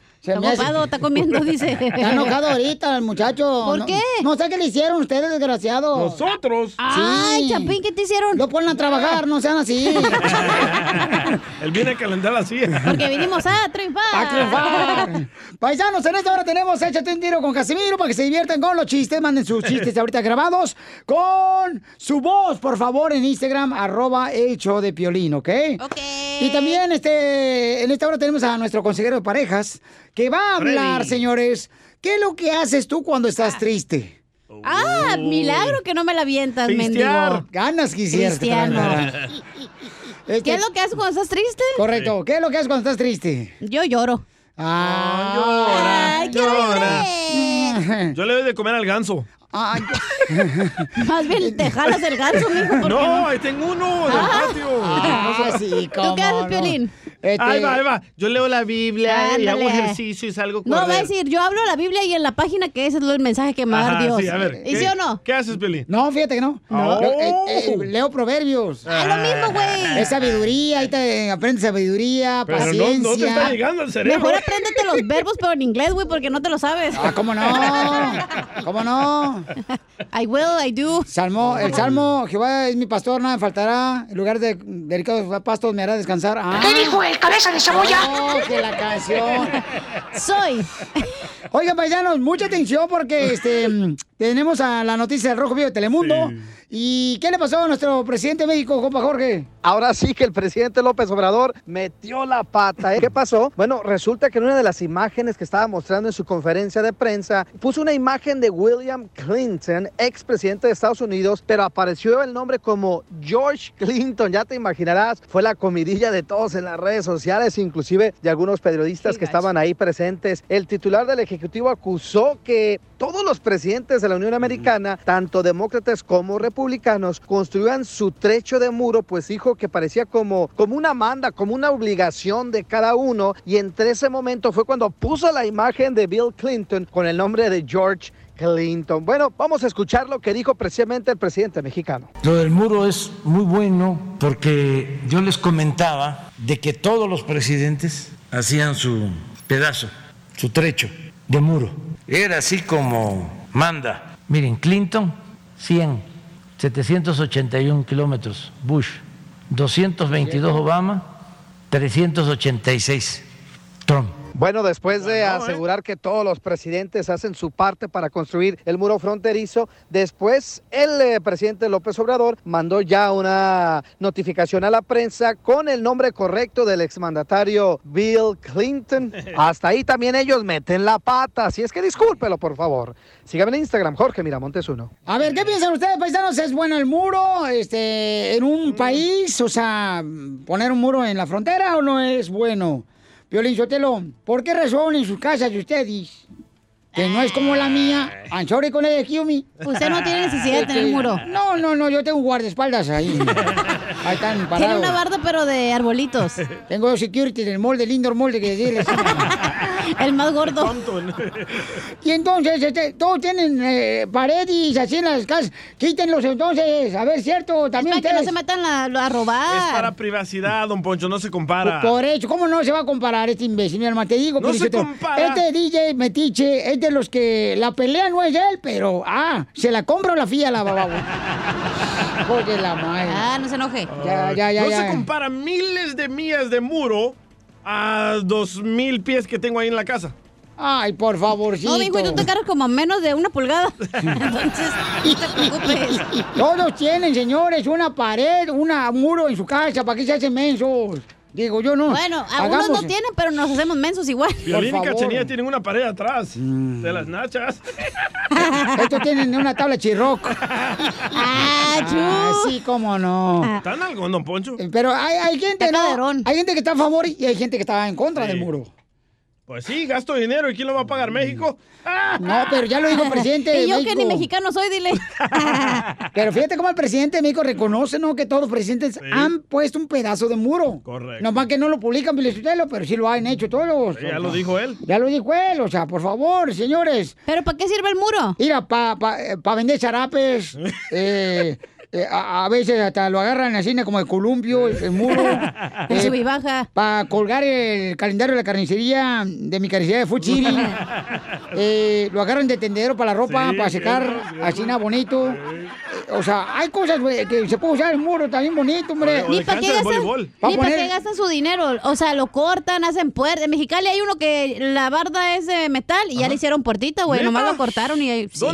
Speaker 2: Se
Speaker 6: Está
Speaker 2: me hace-
Speaker 6: ocupado, está comiendo, dice.
Speaker 2: eh. Está enojado ahorita el muchacho.
Speaker 6: ¿Por
Speaker 2: No-
Speaker 6: qué?
Speaker 2: No sé qué le hicieron ustedes, desgraciados.
Speaker 5: ¿Nosotros?
Speaker 6: Ay, Chapín,
Speaker 2: ¿qué te hicieron? Lo ponen a trabajar, no sean así.
Speaker 5: Él viene a calentar la silla.
Speaker 6: Porque vinimos a triunfar.
Speaker 2: ¡A triunfar! Paisanos, en esta hora tenemos Échate un tiro con Casimiro para que se diviertan con los chistes. Manden sus chistes ahorita grabados con su voz, por favor, en Instagram, arroba el show de Piolín, ¿ok? Ok. Y también este, en esta hora tenemos a nuestro consejero de parejas que va a hablar,
Speaker 6: Freddy.
Speaker 2: señores. ¿Qué es lo que haces tú cuando estás triste? Oh.
Speaker 6: Ah, milagro que no me la avientas, mendigo.
Speaker 2: Ganas quisieras.
Speaker 6: Cristiano.
Speaker 2: Este-
Speaker 6: ¿Qué es lo que haces cuando estás triste?
Speaker 2: Correcto. ¿Qué es lo que haces cuando estás triste?
Speaker 6: Yo lloro.
Speaker 2: Ah,
Speaker 5: Llora, llora. Yo le doy de comer al ganso.
Speaker 6: Más bien te jalas el ganso, mijo. porque
Speaker 5: No, ahí tengo uno del
Speaker 6: Ah.
Speaker 5: patio.
Speaker 6: Ah,
Speaker 5: No sé.
Speaker 6: sí, ¿Tú cómo qué haces, no. Piolín? Este-
Speaker 5: Ahí va, ahí va. Yo leo la Biblia y hago
Speaker 6: Ándale.
Speaker 5: ejercicio y salgo con
Speaker 6: No, va a decir, yo hablo la Biblia y en la página que es es el mensaje que me va a dar
Speaker 5: Ajá,
Speaker 6: Dios.
Speaker 5: sí, a ver,
Speaker 6: ¿Y
Speaker 5: ¿qué-
Speaker 6: sí o no?
Speaker 5: ¿Qué haces, Piolín?
Speaker 2: No, fíjate que no.
Speaker 5: No. Oh.
Speaker 2: Yo, eh, eh, leo proverbios.
Speaker 5: Ah, lo mismo, güey.
Speaker 2: Es sabiduría, ahí te aprendes sabiduría,
Speaker 5: Pero no- no te
Speaker 2: paciencia.
Speaker 5: está llegando el cerebro.
Speaker 6: Mejor apréndete los verbos, pero en inglés, güey, porque no te lo sabes.
Speaker 2: Ah, ¿cómo no? ¿Cómo no?
Speaker 6: I will, I do.
Speaker 2: Salmo, el salmo, Jehová es mi pastor, nada me faltará. En lugar de delicados pastos me hará descansar. Ah.
Speaker 11: ¿Qué dijo el cabeza de cebolla?
Speaker 2: No, que la canción.
Speaker 6: Soy.
Speaker 2: Oigan, paisanos, mucha atención porque este tenemos a la noticia del Rojo Vivo de Telemundo. ¿Y qué le pasó a nuestro presidente de México, compa Jorge?
Speaker 8: Ahora sí que el presidente López Obrador metió la pata. ¿eh? ¿Qué pasó? Bueno, resulta que en una de las imágenes que estaba mostrando en su conferencia de prensa, puso una imagen de William Clinton, expresidente de Estados Unidos, pero apareció el nombre como George Clinton. Ya te imaginarás, fue la comidilla de todos en las redes sociales, inclusive de algunos periodistas que estaban ahí presentes. El titular del Ejecutivo acusó que todos los presidentes de la Unión Americana, tanto demócratas como republicanos, construían su trecho de muro, pues dijo que parecía como, como una manda, como una obligación de cada uno. Y entre ese momento fue cuando puso la imagen de Bill Clinton con el nombre de George Clinton. Bueno, vamos a escuchar lo que dijo precisamente el presidente mexicano.
Speaker 14: Lo del muro es muy bueno porque yo les comentaba de que todos los presidentes hacían su pedazo, su trecho de muro. Era así como manda. Miren, Clinton, 100, 781 kilómetros. Bush, 222 Obama, 386 Trump.
Speaker 8: Bueno, después de asegurar que todos los presidentes hacen su parte para construir el muro fronterizo, después el eh, presidente López Obrador mandó ya una notificación a la prensa con el nombre correcto del exmandatario Bill Clinton. Hasta ahí también ellos meten la pata, así es que discúlpelo, por favor. Síganme en Instagram, Jorge Miramontes uno.
Speaker 2: A ver, ¿qué piensan ustedes, paisanos? ¿Es bueno el muro este, en un país? O sea, poner un muro en la frontera o no es bueno? Violín Sotelo, ¿por qué razón en sus casas de ustedes? Que no es como la mía. I'm sorry con el excuse me.
Speaker 6: Usted no tiene necesidad de tener
Speaker 2: Este,
Speaker 6: muro.
Speaker 2: No, no, no, yo tengo guardaespaldas ahí. Ahí están parados.
Speaker 6: Tiene una barda, pero de arbolitos.
Speaker 2: Tengo security del molde, lindo molde que decirles.
Speaker 6: El más gordo.
Speaker 2: Y entonces, este, todos tienen eh, paredes así en las casas. Quítenlos entonces, a ver, ¿cierto? También
Speaker 6: para que no
Speaker 2: ustedes.
Speaker 6: se metan la- a robar.
Speaker 5: Es para privacidad, don Poncho, no se compara.
Speaker 2: Por eso, ¿cómo no se va a comparar este imbécil? Mi hermano, te digo,
Speaker 5: No se
Speaker 2: Felicitero,
Speaker 5: compara.
Speaker 2: este DJ Metiche es de los que la pelea no es él, pero ah, se la compra o la fía la bababo. Oye, la madre.
Speaker 6: Ah, no se enoje.
Speaker 2: Ya, ya, ya.
Speaker 5: no
Speaker 2: ya.
Speaker 5: se compara miles de millas de muro a dos mil pies que tengo ahí en la casa.
Speaker 2: Ay, por favorcito.
Speaker 6: No, mijo, y tú te cargas como a menos de una pulgada.
Speaker 2: Todos tienen, señores, una pared, una muro en su casa, ¿para qué se hacen mensos? Digo, yo no.
Speaker 6: Bueno, algunos no tienen, pero nos hacemos mensos igual.
Speaker 5: Violín y Cachanilla tienen una pared atrás
Speaker 2: Mm.
Speaker 5: de las nachas.
Speaker 2: Estos tienen una tabla chirroc. Ah, sí, cómo no.
Speaker 6: Ah.
Speaker 5: ¿Están algo, don Poncho?
Speaker 2: Eh, Pero hay, hay gente, ¿no? Hay gente que está a favor y hay gente que está en contra del muro. Mm.
Speaker 5: Pues sí, gasto dinero. ¿Y quién lo va a pagar? ¿México?
Speaker 2: No, pero ya lo dijo el presidente de
Speaker 6: y yo que ni
Speaker 2: México.
Speaker 6: mexicano soy, dile.
Speaker 2: Pero fíjate cómo el presidente de México reconoce, ¿no? Que todos los presidentes han puesto un pedazo de muro.
Speaker 5: Correcto.
Speaker 2: Nomás que no lo publican, Pilisutelo, pero sí lo han hecho todos.
Speaker 5: Sí, ya lo dijo él.
Speaker 2: Ya lo dijo él, o sea, por favor, señores.
Speaker 6: ¿Pero para qué sirve el muro?
Speaker 2: Mira, para vender charapes. eh, eh, a, a veces hasta lo agarran así ¿no? como el columpio, el, el muro.
Speaker 6: El sub y baja.
Speaker 2: Para colgar el calendario de la carnicería de mi carnicería de Fuchiri. Eh, lo agarran de tendero para la ropa,
Speaker 11: Sí,
Speaker 2: para
Speaker 11: cierto,
Speaker 2: secar,
Speaker 11: cierto.
Speaker 2: así nada bonito. Eh, O sea, hay cosas güey, que se puede usar el muro también bonito, hombre.
Speaker 6: Ni para qué gastan,
Speaker 2: Para
Speaker 6: ni pa' qué
Speaker 2: poner-
Speaker 6: gastan su dinero. O sea, lo cortan, hacen puertas. En Mexicali hay uno que la barda es de metal y ya le hicieron puertita, güey. Nomás lo cortaron y... sí.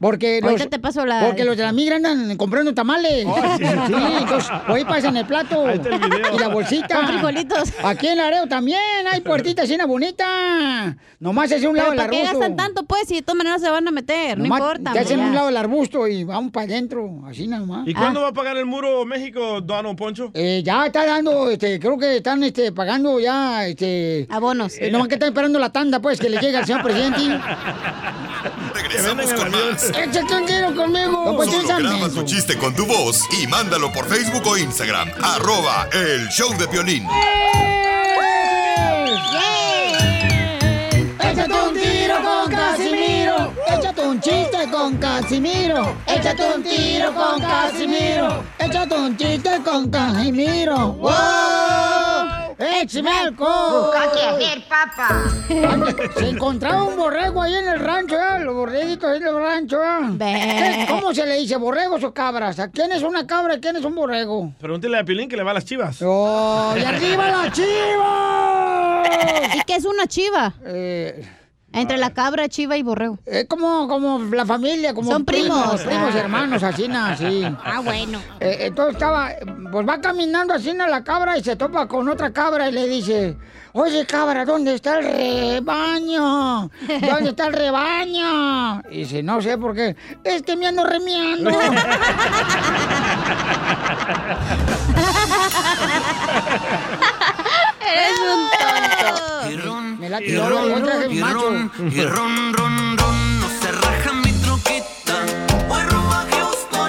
Speaker 2: Porque los,
Speaker 6: Ahorita te paso la...
Speaker 2: porque los de la migra andan comprando tamales. sí, entonces, hoy pasan el plato y la bolsita.
Speaker 6: Con frijolitos.
Speaker 2: Aquí en Laredo también hay puertitas llena bonita. Nomás es un lado
Speaker 6: Pero
Speaker 2: del
Speaker 6: ¿Para qué
Speaker 2: arbusto.
Speaker 6: gastan tanto, pues? Si de todas maneras se van a meter, no
Speaker 2: Nomás
Speaker 6: importa.
Speaker 2: Te hacen
Speaker 6: hombre,
Speaker 2: un
Speaker 6: ya.
Speaker 2: lado del arbusto y vamos para encuentro, así nada más.
Speaker 5: ¿Y cuándo va a pagar el muro México, Donald Poncho?
Speaker 2: Eh, ya está dando, este, creo que están este, pagando ya este, abonos. no más que están esperando la tanda, pues, que le llegue al señor presidente.
Speaker 7: Regresamos con más.
Speaker 2: Échate un tiro conmigo. No, pues,
Speaker 7: Solo
Speaker 2: échame.
Speaker 7: graba tu chiste con tu voz y mándalo por Facebook o Instagram. Arroba el show de violín.
Speaker 2: Échate un tiro con Casimiro. Échate un chiste con Casimiro. Échate un tiro con Casimiro. Échate un chiste con Casimiro. ¡Wow! ¡Échame alcohol!
Speaker 1: papa.
Speaker 2: Se encontraba un borrego ahí en el rancho, ¿eh? Los borreguitos ahí en el rancho, ¿eh? ¿Qué- ¿Cómo se le dice? ¿Borregos o cabras? ¿A quién es una cabra y quién es un borrego?
Speaker 5: Pregúntele a Pilín que le va a las chivas.
Speaker 2: ¡Oh, y arriba las chivas!
Speaker 6: ¿Y qué es una chiva? Entre la cabra, chiva y borrego.
Speaker 2: Eh, Es como, como la familia, como
Speaker 6: Son primos.
Speaker 2: primos, primos,
Speaker 6: Ah.
Speaker 2: hermanos, así, na, así.
Speaker 6: Ah, bueno.
Speaker 2: Eh, entonces estaba, pues va caminando así na, la cabra y se topa con otra cabra y le dice, oye cabra, ¿dónde está el rebaño? ¿Dónde está el rebaño? Y dice, no sé por qué, es que me ando remiando.
Speaker 1: Eres un tonto.
Speaker 2: Me la
Speaker 1: tiró, la otra es macho.
Speaker 11: y ron, ron, ron, no se raja mi truquita.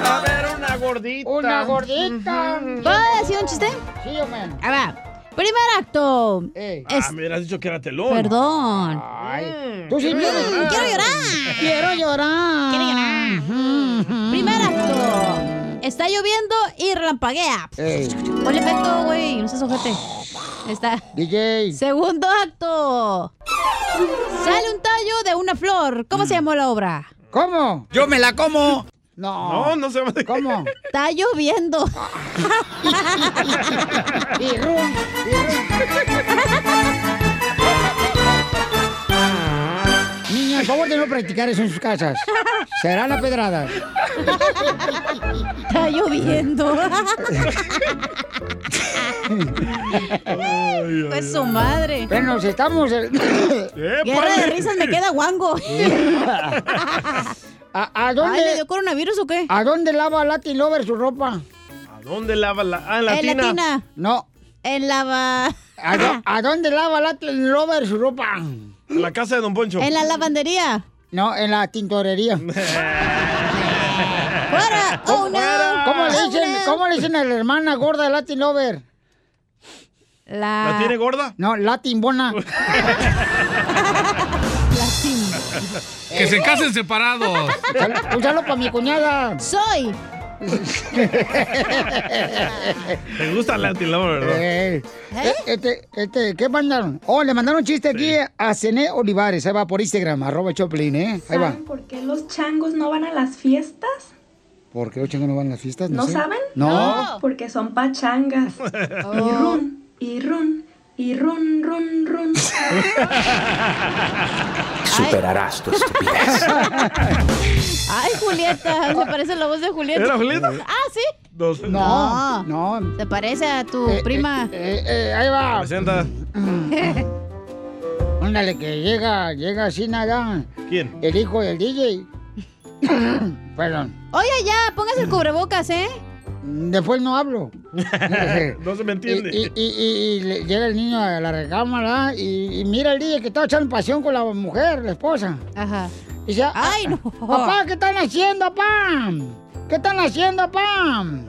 Speaker 5: A ver, una gordita.
Speaker 2: Una gordita.
Speaker 6: ¿Puedo decir un chiste?
Speaker 2: Sí, hombre.
Speaker 6: A ver. Primer acto. Es-
Speaker 5: Ah, me hubieras dicho que era telón.
Speaker 6: Perdón.
Speaker 2: Tú sí
Speaker 6: Mm,
Speaker 2: vienes.
Speaker 6: quiero llorar.
Speaker 2: Quiero llorar.
Speaker 6: Quiero llorar. Mm. Primer acto. Está lloviendo y relampaguea.
Speaker 2: Ey.
Speaker 6: Ponle efecto, güey. No seas ojete. Ahí Está.
Speaker 2: DJ.
Speaker 6: Segundo acto. Sale un tallo de una flor. ¿Cómo se llamó la obra?
Speaker 2: Mm. ¿Cómo? Yo me la como. No.
Speaker 5: No, no se va
Speaker 2: ¿Cómo?
Speaker 6: Está lloviendo.
Speaker 2: Y rum, Niña, por favor de no practicar eso en sus casas. Será la pedrada.
Speaker 6: Está lloviendo. Pues su madre.
Speaker 2: Bueno, si estamos. en-
Speaker 6: Guerra de risas me queda guango.
Speaker 2: ¿A, a dónde?
Speaker 6: Ay, ¿le dio coronavirus o qué?
Speaker 2: ¿A dónde lava Latin Lover su ropa?
Speaker 5: ¿A dónde lava la.? Ah, en la
Speaker 2: En la
Speaker 5: tina.
Speaker 2: tina. No.
Speaker 6: En lava.
Speaker 2: ¿A, dó- a dónde lava Latin Lover su ropa?
Speaker 5: En la casa de Don Poncho.
Speaker 6: En la lavandería.
Speaker 2: No, en la tintorería.
Speaker 6: ¡Fuera!
Speaker 2: ¿Cómo,
Speaker 6: no!
Speaker 2: ¿Cómo le
Speaker 6: Oh,
Speaker 2: dicen,
Speaker 6: no.
Speaker 2: ¿Cómo le dicen a la hermana gorda de Latin Lover?
Speaker 6: La...
Speaker 5: gorda?
Speaker 2: No, Latin Bona.
Speaker 15: Que se casen separados.
Speaker 2: Úsalo para mi cuñada.
Speaker 6: Soy.
Speaker 5: Te gusta la tilaba, ¿verdad?
Speaker 2: Eh, eh, este, este, ¿Qué mandaron? Oh, le mandaron un chiste aquí a Cené Olivares. Ahí va por Instagram, arroba Choplin, ¿eh? Ahí va.
Speaker 18: ¿Saben por qué los changos no van a las fiestas?
Speaker 2: ¿Por qué los changos Pues no van a las fiestas?
Speaker 18: ¿No,
Speaker 2: sé.
Speaker 18: saben?
Speaker 2: No.
Speaker 18: Porque son pachangas. Y run, y run, y run, run, run.
Speaker 14: Superarás tu estupidez.
Speaker 6: Ay, Julieta. Se parece la voz de Julieta.
Speaker 14: ¿Era Julieta?
Speaker 6: Ah, sí.
Speaker 2: No. No.
Speaker 6: Se parece a tu
Speaker 2: Eh,
Speaker 6: prima.
Speaker 2: eh, eh, ahí va.
Speaker 5: Presenta.
Speaker 2: Ándale, que llega, llega así nada.
Speaker 5: ¿Quién?
Speaker 2: El hijo del DJ. Perdón.
Speaker 6: Oye, ya, póngase el cubrebocas, ¿eh?
Speaker 2: Después no hablo.
Speaker 5: no se me entiende.
Speaker 2: Y, y- y- y le- llega el niño a la recámara y, y mira el DJ que está echando pasión con la mujer, la esposa.
Speaker 6: Ajá.
Speaker 2: Y dice, "Ah,
Speaker 6: ¡Ay, no!
Speaker 2: Papá, ¿qué están haciendo, pam? ¿Qué están haciendo, pam?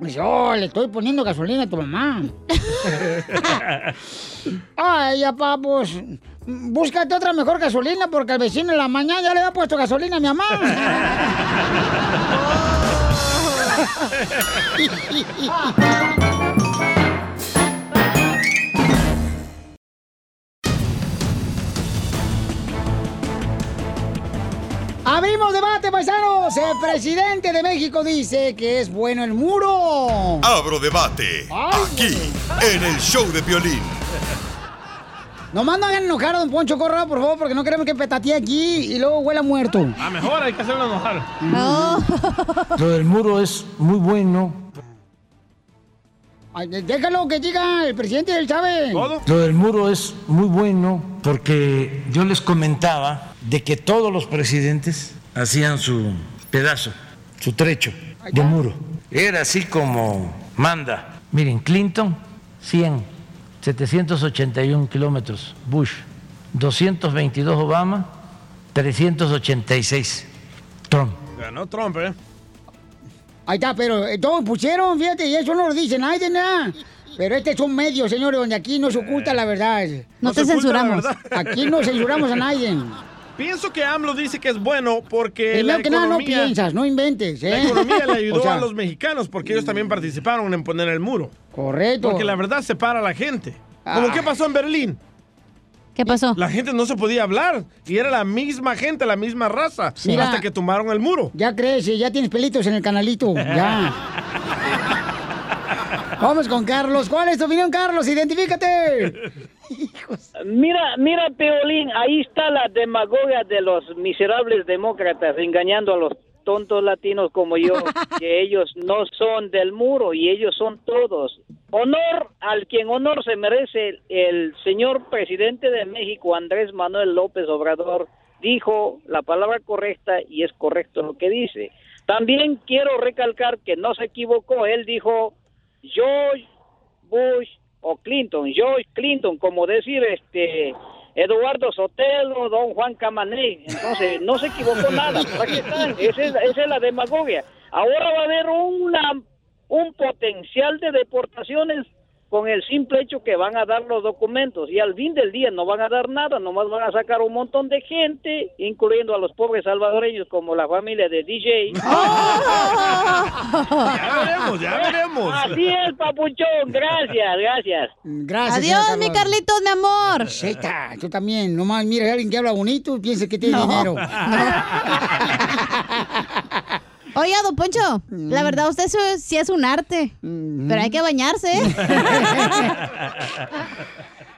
Speaker 2: Y dice, oh, le estoy poniendo gasolina a tu mamá. Ay, ya, papus. Búscate otra mejor gasolina porque al vecino en la mañana ya le había puesto gasolina a mi mamá. Abrimos debate, paisanos. El presidente de México dice que es bueno el muro.
Speaker 7: Abro debate. Aquí, en el show de violín.
Speaker 2: Nomás no hagan enojar a don Poncho Corra, por favor, porque no queremos que petatee aquí y luego huela muerto.
Speaker 5: A Ah, mejor hay que hacerlo enojar.
Speaker 14: Lo del muro es muy bueno.
Speaker 2: Ay, de- déjalo que diga el presidente del Chávez.
Speaker 14: Lo del muro es muy bueno porque yo les comentaba de que todos los presidentes hacían su pedazo su trecho de muro. Era así como manda. Miren, Clinton, 100, 781 kilómetros. Bush, 222 Obama, 386 Trump.
Speaker 5: Ganó Trump, ¿eh?
Speaker 2: Ahí está, pero eh, todos pusieron, fíjate, y eso no lo dice nadie, nada. Pero este es un medio, señores, donde aquí no se oculta la verdad.
Speaker 6: No No te se oculta la censuramos. verdad.
Speaker 2: Aquí no censuramos a nadie.
Speaker 5: Pienso que AMLO dice que es bueno porque Eh, la
Speaker 2: Primero que nada, no
Speaker 5: economía,
Speaker 2: piensas, no inventes. ¿eh?
Speaker 5: la economía le ayudó
Speaker 2: O sea,
Speaker 5: a los mexicanos porque ellos también participaron en poner el muro.
Speaker 2: Correcto.
Speaker 5: Porque la verdad separa a la gente. Como
Speaker 6: Ah.
Speaker 5: qué pasó en Berlín.
Speaker 6: ¿Qué pasó?
Speaker 5: La gente no se podía hablar y era la misma gente, la misma raza,
Speaker 2: Sí.
Speaker 5: hasta
Speaker 2: Mira.
Speaker 5: que tumbaron el muro.
Speaker 2: Ya crece, ya tienes pelitos en el canalito, ya. Vamos con Carlos. ¿Cuál es tu opinión, Carlos? Identifícate.
Speaker 19: Mira, mira, Peolín, ahí está la demagogia de los miserables demócratas engañando a los tontos latinos como yo, que ellos no son del muro y ellos son todos. Honor al quien honor se merece, el señor presidente de México, Andrés Manuel López Obrador, dijo la palabra correcta y es correcto lo que dice. También quiero recalcar que no se equivocó, él dijo, yo Bush o Clinton, George Clinton, como decir este Eduardo Sotelo, don Juan Camané, entonces no se equivocó nada, pues aquí están, esa es, esa es la demagogia. Ahora va a haber una, un potencial de deportaciones con el simple hecho que van a dar los documentos y al fin del día no van a dar nada, nomás van a sacar un montón de gente, incluyendo a los pobres salvadoreños como la familia de DJ.
Speaker 5: Ya veremos, ya veremos.
Speaker 19: Así es, papuchón, gracias, gracias.
Speaker 2: Gracias.
Speaker 19: Adiós, mi
Speaker 2: Carlitos, mi amor. Zeta, tú también. Nomás mira, alguien que habla bonito y piensa que tiene
Speaker 6: No.
Speaker 2: dinero.
Speaker 6: Oiga, don Poncho,
Speaker 2: Mm.
Speaker 6: la verdad usted eso es- sí es un arte,
Speaker 2: Mm-hmm.
Speaker 6: pero hay que bañarse. ¿eh?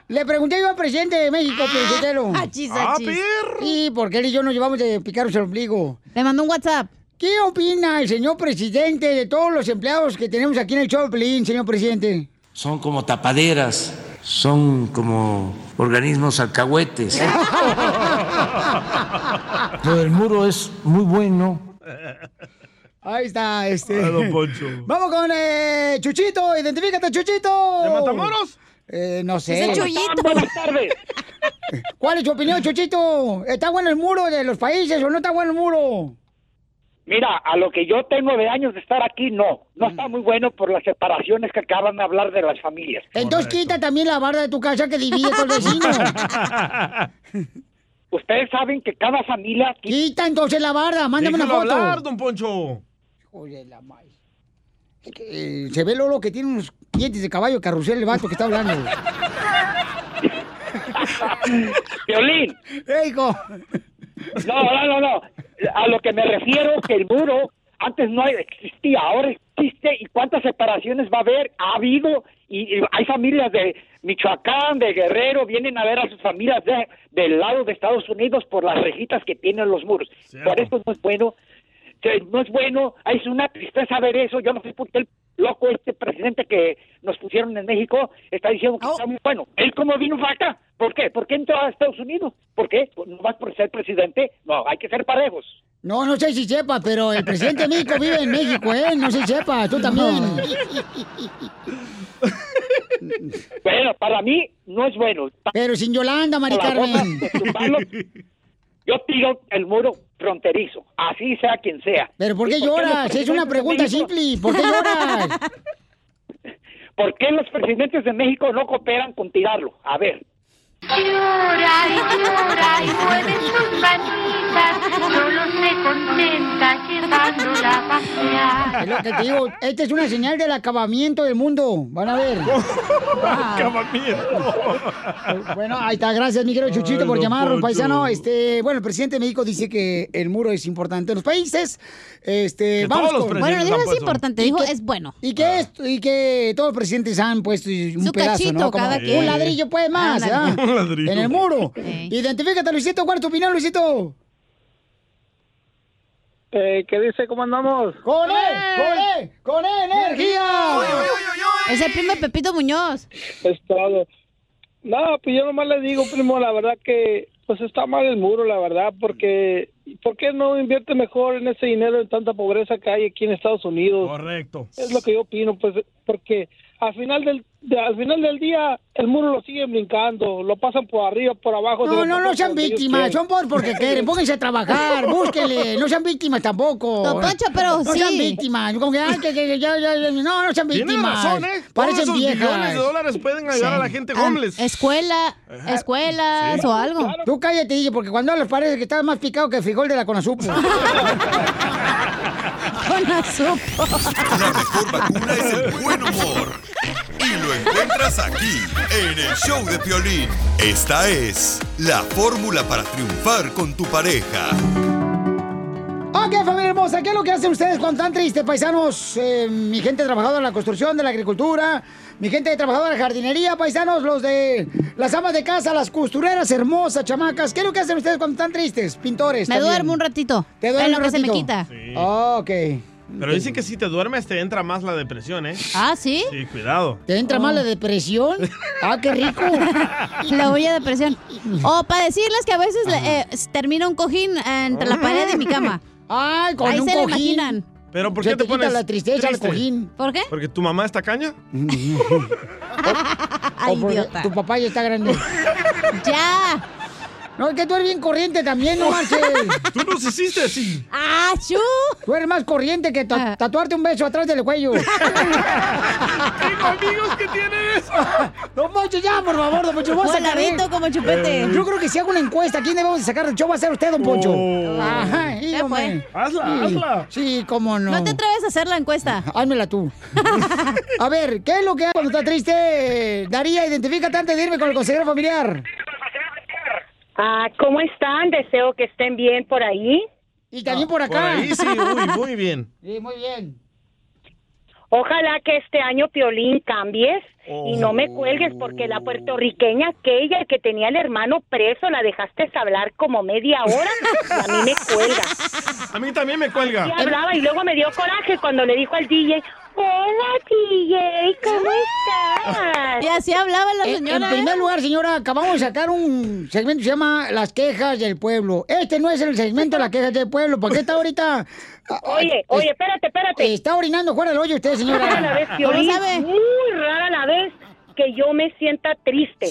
Speaker 2: Le pregunté yo al presidente de México, Pinchetelo.
Speaker 6: achis, Ah, achis. perro.
Speaker 2: Sí, porque él y yo nos llevamos de picarnos el ombligo. Le mandó un WhatsApp. ¿Qué opina el señor presidente de todos los empleados que tenemos aquí en el show, Pelín, señor presidente?
Speaker 14: Son como tapaderas, son como organismos alcahuetes. Lo del muro es muy bueno.
Speaker 2: Ahí está, este.
Speaker 14: Ay, don Poncho.
Speaker 2: Vamos con eh, Chuchito, identifícate, Chuchito. ¿De
Speaker 5: Matamoros?
Speaker 2: Eh, no sé.
Speaker 19: Ese Chuyito. Buenas tardes.
Speaker 2: ¿Cuál es tu opinión, Chuchito? ¿Está bueno el muro de los países o no está bueno el muro?
Speaker 20: Mira, a lo que yo tengo de años de estar aquí, no.
Speaker 2: Mm.
Speaker 20: No está muy bueno por las separaciones que acaban de hablar de las familias.
Speaker 2: Entonces quita también la barra de tu casa que divide con el vecino.
Speaker 20: Ustedes saben que cada familia...
Speaker 2: Quita entonces la barra, mándame
Speaker 5: Déjalo
Speaker 2: una foto.
Speaker 5: hablar, don Poncho.
Speaker 2: Oye, la madre. Eh, se ve Lolo que tiene unos dientes de caballo carrusel el vato que está hablando.
Speaker 20: Violín. No, no, no, no. A lo que me refiero que el muro antes no existía, ahora existe. ¿Y cuántas separaciones va a haber? Ha habido. Y, y hay familias de Michoacán, de Guerrero, vienen a ver a sus familias de- del lado de Estados Unidos por las rejitas que tienen los muros. Por eso no es bueno. que No es bueno. Es una tristeza ver eso. Yo no sé por qué el loco este presidente que nos pusieron en México está diciendo que está muy bueno. Él como vino para acá. ¿Por qué? ¿Por qué entró a Estados Unidos? ¿Por qué? ¿No vas por ser presidente? No, hay que ser parejos.
Speaker 2: No, no sé si sepa, pero el presidente de México vive en México, ¿eh? No sé si sepa, tú también.
Speaker 20: Bueno, para mí no es bueno.
Speaker 2: Pero sin Yolanda, Mari
Speaker 20: Para vos,
Speaker 2: Carmen.
Speaker 20: de tumbarlo, Yo tiro el muro fronterizo, así sea quien sea.
Speaker 2: Pero ¿por qué lloras? Es una pregunta simple. ¿Por qué lloras?
Speaker 20: ¿Por qué los presidentes de México no cooperan con tirarlo? A ver.
Speaker 3: Llora y llora y mueve sus manitas, solo se contenta llevándola a pasear.
Speaker 2: Es lo que te digo. Esta es una señal del acabamiento del mundo. Van a ver. Bueno, ahí está. Gracias, mi querido Chuchito,
Speaker 11: Ay,
Speaker 2: por
Speaker 11: don
Speaker 2: llamarnos,
Speaker 11: Poncho.
Speaker 2: paisano. Este, bueno, el presidente de México dice que el muro es importante en los países. Este,
Speaker 6: Que
Speaker 2: vamos
Speaker 6: todos los
Speaker 2: con-
Speaker 6: presidentes Bueno, dijo han es puesto. importante,
Speaker 2: Y
Speaker 6: dijo
Speaker 2: que-
Speaker 6: es bueno.
Speaker 2: Y que esto- y que todos los presidentes han puesto y un
Speaker 6: Su
Speaker 2: pedazo,
Speaker 6: cachito
Speaker 2: ¿no? Como
Speaker 6: cada quien.
Speaker 2: un ladrillo pues más,
Speaker 6: Ándale.
Speaker 2: ¿verdad?
Speaker 6: Un ladrillo.
Speaker 2: En el muro.
Speaker 6: Sí.
Speaker 2: Identifícate, Luisito, ¿cuál es tu opinión, Luisito?
Speaker 20: Eh, ¿Qué dice? ¿Cómo andamos?
Speaker 2: ¡Con él! ¡Con
Speaker 6: E,
Speaker 2: él! ¡Con él, energía!
Speaker 6: Es el primo de Pepito Muñoz.
Speaker 20: Es todo. No, pues yo nomás le digo, primo, la verdad que pues está mal el muro, la verdad, porque
Speaker 21: ¿Por qué no invierte mejor en ese dinero en tanta pobreza que hay aquí en Estados Unidos?
Speaker 5: Correcto.
Speaker 21: Es lo que yo opino, pues, porque al final del de- al final del día el muro lo siguen brincando, lo pasan por arriba, por abajo.
Speaker 2: No, no, no sean víctimas, son por porque quieren, pónganse a trabajar, búsquenle, no sean víctimas tampoco.
Speaker 6: Don Poncho, pero
Speaker 2: No sean
Speaker 6: sí.
Speaker 2: víctimas, como que, ay, que- que- ya- ya- ya- no, no sean
Speaker 5: Tiene
Speaker 2: víctimas.
Speaker 5: razón, ¿eh? Todos
Speaker 2: Parecen
Speaker 5: esos
Speaker 2: viejas.
Speaker 5: millones de dólares pueden ayudar a la gente
Speaker 6: Ah,
Speaker 5: homeless.
Speaker 6: escuela, escuelas o algo.
Speaker 2: Tú cállate, DJ, porque cuando hablas parece que estás más picado que el frijol de la Conasupo.
Speaker 6: Conasupo.
Speaker 7: La mejor vacuna es el buen humor. Y lo encuentras aquí, en el show de Piolín. Esta es la fórmula para triunfar con tu pareja.
Speaker 2: Ok, familia hermosa, ¿qué es lo que hacen ustedes cuando están tristes, paisanos? Eh, mi gente trabajadora de la construcción, de la agricultura, mi gente trabajadora de la jardinería, paisanos, los de las amas de casa, las costureras hermosas, chamacas. ¿Qué es lo que hacen ustedes cuando están tristes, pintores?
Speaker 6: Me
Speaker 2: también?
Speaker 6: duermo un ratito.
Speaker 2: Te duerme
Speaker 6: en lo
Speaker 2: un
Speaker 6: que se me
Speaker 2: ratito.
Speaker 6: quita.
Speaker 2: Ah, ok.
Speaker 5: Pero dicen que si te duermes te entra más la depresión, ¿eh?
Speaker 6: Ah, ¿sí? Oh.
Speaker 5: Sí, cuidado.
Speaker 2: ¿Te entra más la depresión? Ah, qué rico.
Speaker 6: La olla de presión. O para decirles que a veces eh, termina un cojín entre la pared de mi cama.
Speaker 2: Ay,
Speaker 5: con
Speaker 6: Ahí
Speaker 5: un
Speaker 6: se lo
Speaker 5: cojín.
Speaker 6: imaginan.
Speaker 5: Pero ¿por qué
Speaker 6: Se
Speaker 5: te,
Speaker 6: te quita
Speaker 5: pones
Speaker 6: la tristeza al
Speaker 5: triste?
Speaker 6: cojín. ¿Por qué?
Speaker 5: ¿Porque tu mamá está caña?
Speaker 2: O porque Tu papá ya está grande.
Speaker 6: ¡Ya!
Speaker 2: No, es que tú eres bien corriente también, no marches.
Speaker 5: Tú nos hiciste así.
Speaker 6: ¡Ah, chu! Ah.
Speaker 2: Tú eres más corriente que ta- tatuarte un beso atrás del cuello.
Speaker 5: Tengo amigos que tienen eso.
Speaker 2: No, Poncho, ya, por favor, don Poncho, vamos a sacar. Eh,
Speaker 6: Voladito como chupete.
Speaker 2: Yo creo que si hago una encuesta, ¿quién debemos de sacar del show? Va a ser usted, don Poncho.
Speaker 5: Oh.
Speaker 2: Ajá, y
Speaker 6: Ya fue.
Speaker 2: hombre.
Speaker 6: Hazla,
Speaker 2: Sí,
Speaker 6: hazla.
Speaker 2: Sí, cómo no.
Speaker 6: No te atreves a hacer la encuesta.
Speaker 2: Házmela tú. A ver, ¿qué es lo que hace cuando está triste? Daría, identifícate antes de irme con el consejero familiar.
Speaker 22: Ah, ¿Cómo están? Deseo que estén bien por ahí.
Speaker 2: Y también por acá.
Speaker 5: Por ahí sí, muy, muy bien.
Speaker 2: Sí, muy bien.
Speaker 22: Ojalá que este año Piolín cambies y no
Speaker 5: Oh.
Speaker 22: me cuelgues porque la puertorriqueña aquella que tenía el hermano preso la dejaste hablar como media hora y a mí me cuelga.
Speaker 5: A mí también me cuelga.
Speaker 22: Y hablaba y luego me dio coraje cuando le dijo al DJ, hola DJ, ¿cómo estás?
Speaker 6: Y así hablaba la
Speaker 2: En-
Speaker 6: señora.
Speaker 2: En primer
Speaker 6: ¿eh?
Speaker 2: lugar, señora, acabamos de sacar un segmento que se llama Las quejas del pueblo. Este no es el segmento de las quejas del pueblo, porque está ahorita.
Speaker 22: Oye, oye, espérate, espérate.
Speaker 2: Está orinando fuera del hoyo usted,
Speaker 22: Rara la
Speaker 2: señora.
Speaker 22: vez, Piolín, muy rara la vez que yo me sienta triste.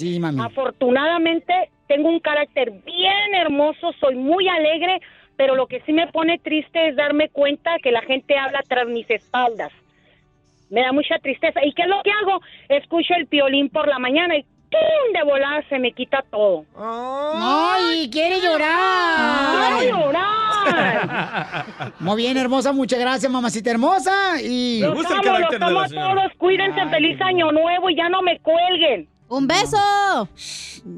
Speaker 22: Afortunadamente tengo un carácter bien hermoso, soy muy alegre, pero lo que sí me pone triste es darme cuenta que la gente habla tras mis espaldas. Me da mucha tristeza. ¿Y qué es lo que hago? Escucho el piolín por la mañana y ¡pum! de volar se me quita todo.
Speaker 2: ¡Ay, quiere llorar!
Speaker 22: ¡Quiero llorar!
Speaker 2: Muy bien, hermosa, muchas gracias, mamacita hermosa. Y...
Speaker 22: Los amo, los amo a todos. Cuídense, feliz año nuevo y ya no me cuelguen.
Speaker 6: ¡Un beso!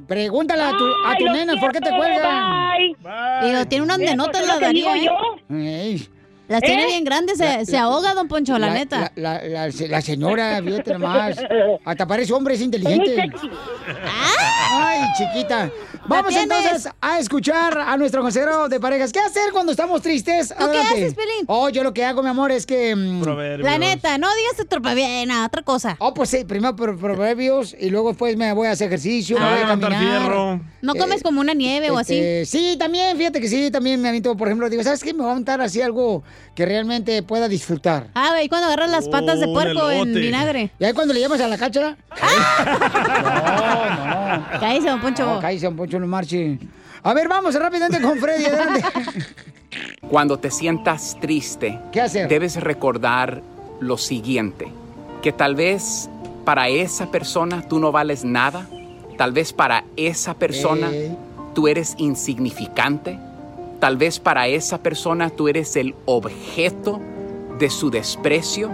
Speaker 2: Pregúntale a tu, a
Speaker 22: Ay,
Speaker 2: tu
Speaker 22: los
Speaker 2: nena por qué te
Speaker 22: quiero,
Speaker 2: cuelgan.
Speaker 6: Y lo tiene unas
Speaker 22: Mira,
Speaker 6: denotas
Speaker 22: pues,
Speaker 6: la
Speaker 22: es lo que
Speaker 6: Daría,
Speaker 22: digo
Speaker 6: ¿eh?
Speaker 2: Ey.
Speaker 6: Las tiene
Speaker 22: ¿Eh?
Speaker 6: bien grandes, se,
Speaker 2: La-
Speaker 6: se
Speaker 2: la-
Speaker 6: ahoga, don Poncho, la, neta.
Speaker 2: La, la- la- la señora, fíjate nomás. Hasta parece hombre, es
Speaker 22: Es
Speaker 2: inteligente.
Speaker 22: muy sexy.
Speaker 2: Ay, chiquita. Vamos
Speaker 22: tienes?
Speaker 2: entonces a escuchar a nuestro consejero de parejas. ¿Qué hacer cuando estamos tristes?
Speaker 6: ¿Tú qué
Speaker 2: Adelante.
Speaker 6: haces, Pelín?
Speaker 2: Oh, yo lo que hago, mi amor, es que... mm,
Speaker 6: La neta, no digas te tropa bien, ah, otra cosa.
Speaker 2: Oh, pues sí, primero pro- proverbios y luego después me voy a hacer
Speaker 6: Ah,
Speaker 2: ejercicio, me voy a caminar.
Speaker 6: No comes
Speaker 2: Eh,
Speaker 6: como una nieve o así.
Speaker 2: este, Sí, también, fíjate que sí, también me aviento, por ejemplo, digo, ¿sabes qué? Me voy a aventar así algo que realmente pueda disfrutar.
Speaker 6: Ah, güey, cuando agarras las patas de
Speaker 2: Oh, un
Speaker 6: puerco en
Speaker 2: elote.
Speaker 6: vinagre.
Speaker 2: ¿Y ahí cuando le llamas a la cáchara? no, no.
Speaker 6: ¡Ah! Cállese, don Poncho.
Speaker 2: No, cállese, don Poncho, no marche. A ver, vamos rápidamente con Freddy, adelante.
Speaker 23: Cuando te sientas triste, debes recordar lo siguiente, que tal vez para esa persona tú no vales nada, tal vez para esa persona
Speaker 9: Ey.
Speaker 23: tú eres insignificante, tal vez para esa persona tú eres el objeto de su desprecio,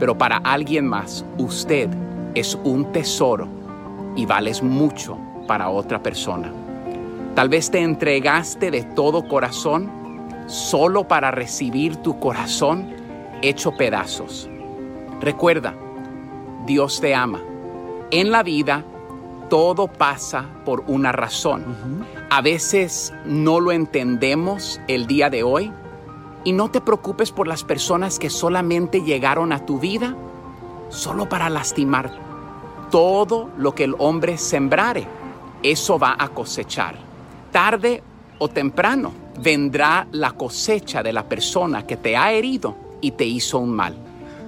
Speaker 23: pero para alguien más usted es un tesoro y vales mucho para otra persona. Tal vez te entregaste de todo corazón solo para recibir tu corazón hecho pedazos. Recuerda, Dios te ama. En la vida todo pasa por una razón. A veces no lo entendemos el día de hoy y no te preocupes por las personas que solamente llegaron a tu vida solo para lastimarte. Todo lo que el hombre sembrare, eso va a cosechar. Tarde o temprano vendrá la cosecha de la persona que te ha herido y te hizo un mal.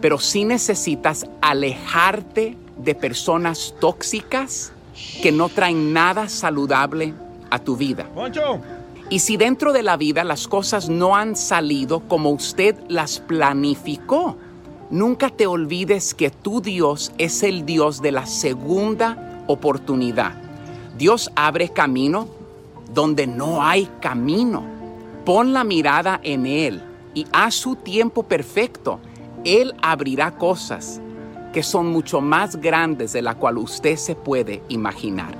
Speaker 23: Pero si necesitas alejarte de personas tóxicas que no traen nada saludable a tu vida. Y si dentro de la vida las cosas no han salido como usted las planificó, nunca te olvides que tu Dios es el Dios de la segunda oportunidad. Dios abre camino donde no hay camino. Pon la mirada en Él y a su tiempo perfecto, Él abrirá cosas que son mucho más grandes de la cual usted se puede imaginar.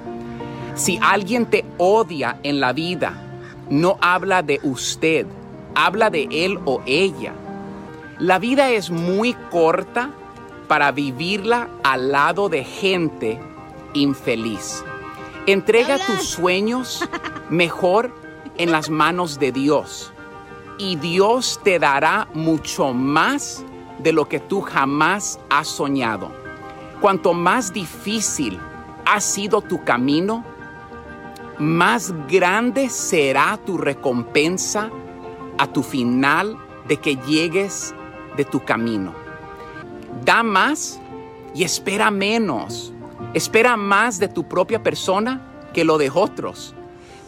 Speaker 23: Si alguien te odia en la vida, no habla de usted, habla de él o ella. La vida es muy corta para vivirla al lado de gente infeliz. Entrega tus sueños mejor en las manos de Dios y Dios te dará mucho más de lo que tú jamás has soñado. Cuanto más difícil ha sido tu camino, más grande será tu recompensa a tu final de que llegues de tu camino. Da más y espera menos. Espera más de tu propia persona que lo de otros.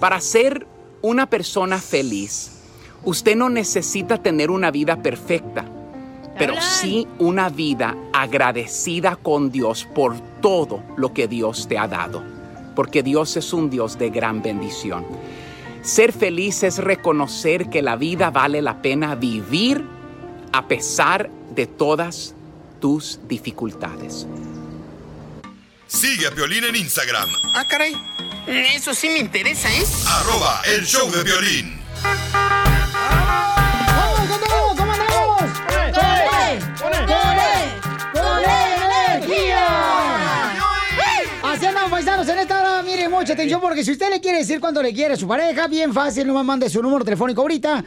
Speaker 23: Para ser una persona feliz, usted no necesita tener una vida perfecta pero sí una vida agradecida con Dios por todo lo que Dios te ha dado, porque Dios es un Dios de gran bendición. Ser feliz es reconocer que la vida vale la pena vivir a pesar de todas tus dificultades.
Speaker 7: Sigue a Violín en Instagram.
Speaker 4: Ah, caray. Eso sí me interesa, ¿eh?
Speaker 7: Arroba el show de violín.
Speaker 2: ¡Vamos, con todo! ¿Cómo andamos?
Speaker 6: E,
Speaker 2: ¡Con él! ¡Con E energía! Así andamos, paisanos, en esta hora, mire, mucha atención, porque si usted le quiere decir cuánto le quiere a su pareja, bien fácil, nomás mande su número telefónico ahorita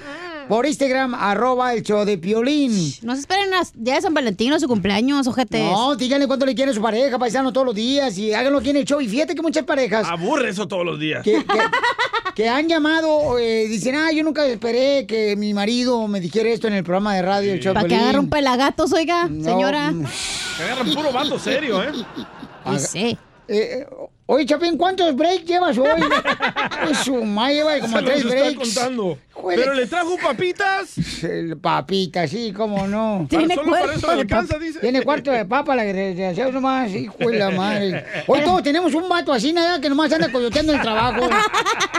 Speaker 2: por Instagram, arroba el show de Piolín.
Speaker 6: Ah. No se esperen a- ya de San Valentín o su cumpleaños, ojete.
Speaker 2: No, díganle cuánto le quiere a su pareja, paisano, todos los días, y háganlo aquí en el show, y fíjate que muchas parejas...
Speaker 5: Aburre eso todos los días.
Speaker 2: que, que- que han llamado, eh, dicen, ah, yo nunca esperé que mi marido me dijera esto en el programa de radio. el mm.
Speaker 6: Sí. Para que
Speaker 2: Chapelín".
Speaker 6: agarre un pelagatos, oiga, señora.
Speaker 5: Que agarran puro vato serio, ¿eh?
Speaker 2: Aga- Eh, eh, oye, Chapín, ¿cuántos breaks llevas hoy? Pues su madre lleva como
Speaker 5: Se los
Speaker 2: tres
Speaker 5: está
Speaker 2: breaks.
Speaker 5: contando.
Speaker 2: Joder.
Speaker 5: Pero le trajo papitas.
Speaker 2: El papita, sí, cómo no.
Speaker 5: Tiene Para- solo para cuarto eso le de alcanza,
Speaker 2: pap- Tiene cuarto de papa, la desgraciada nomás, hijo de la madre. Hoy todos tenemos un vato así, nada, que nomás anda coyoteando el trabajo.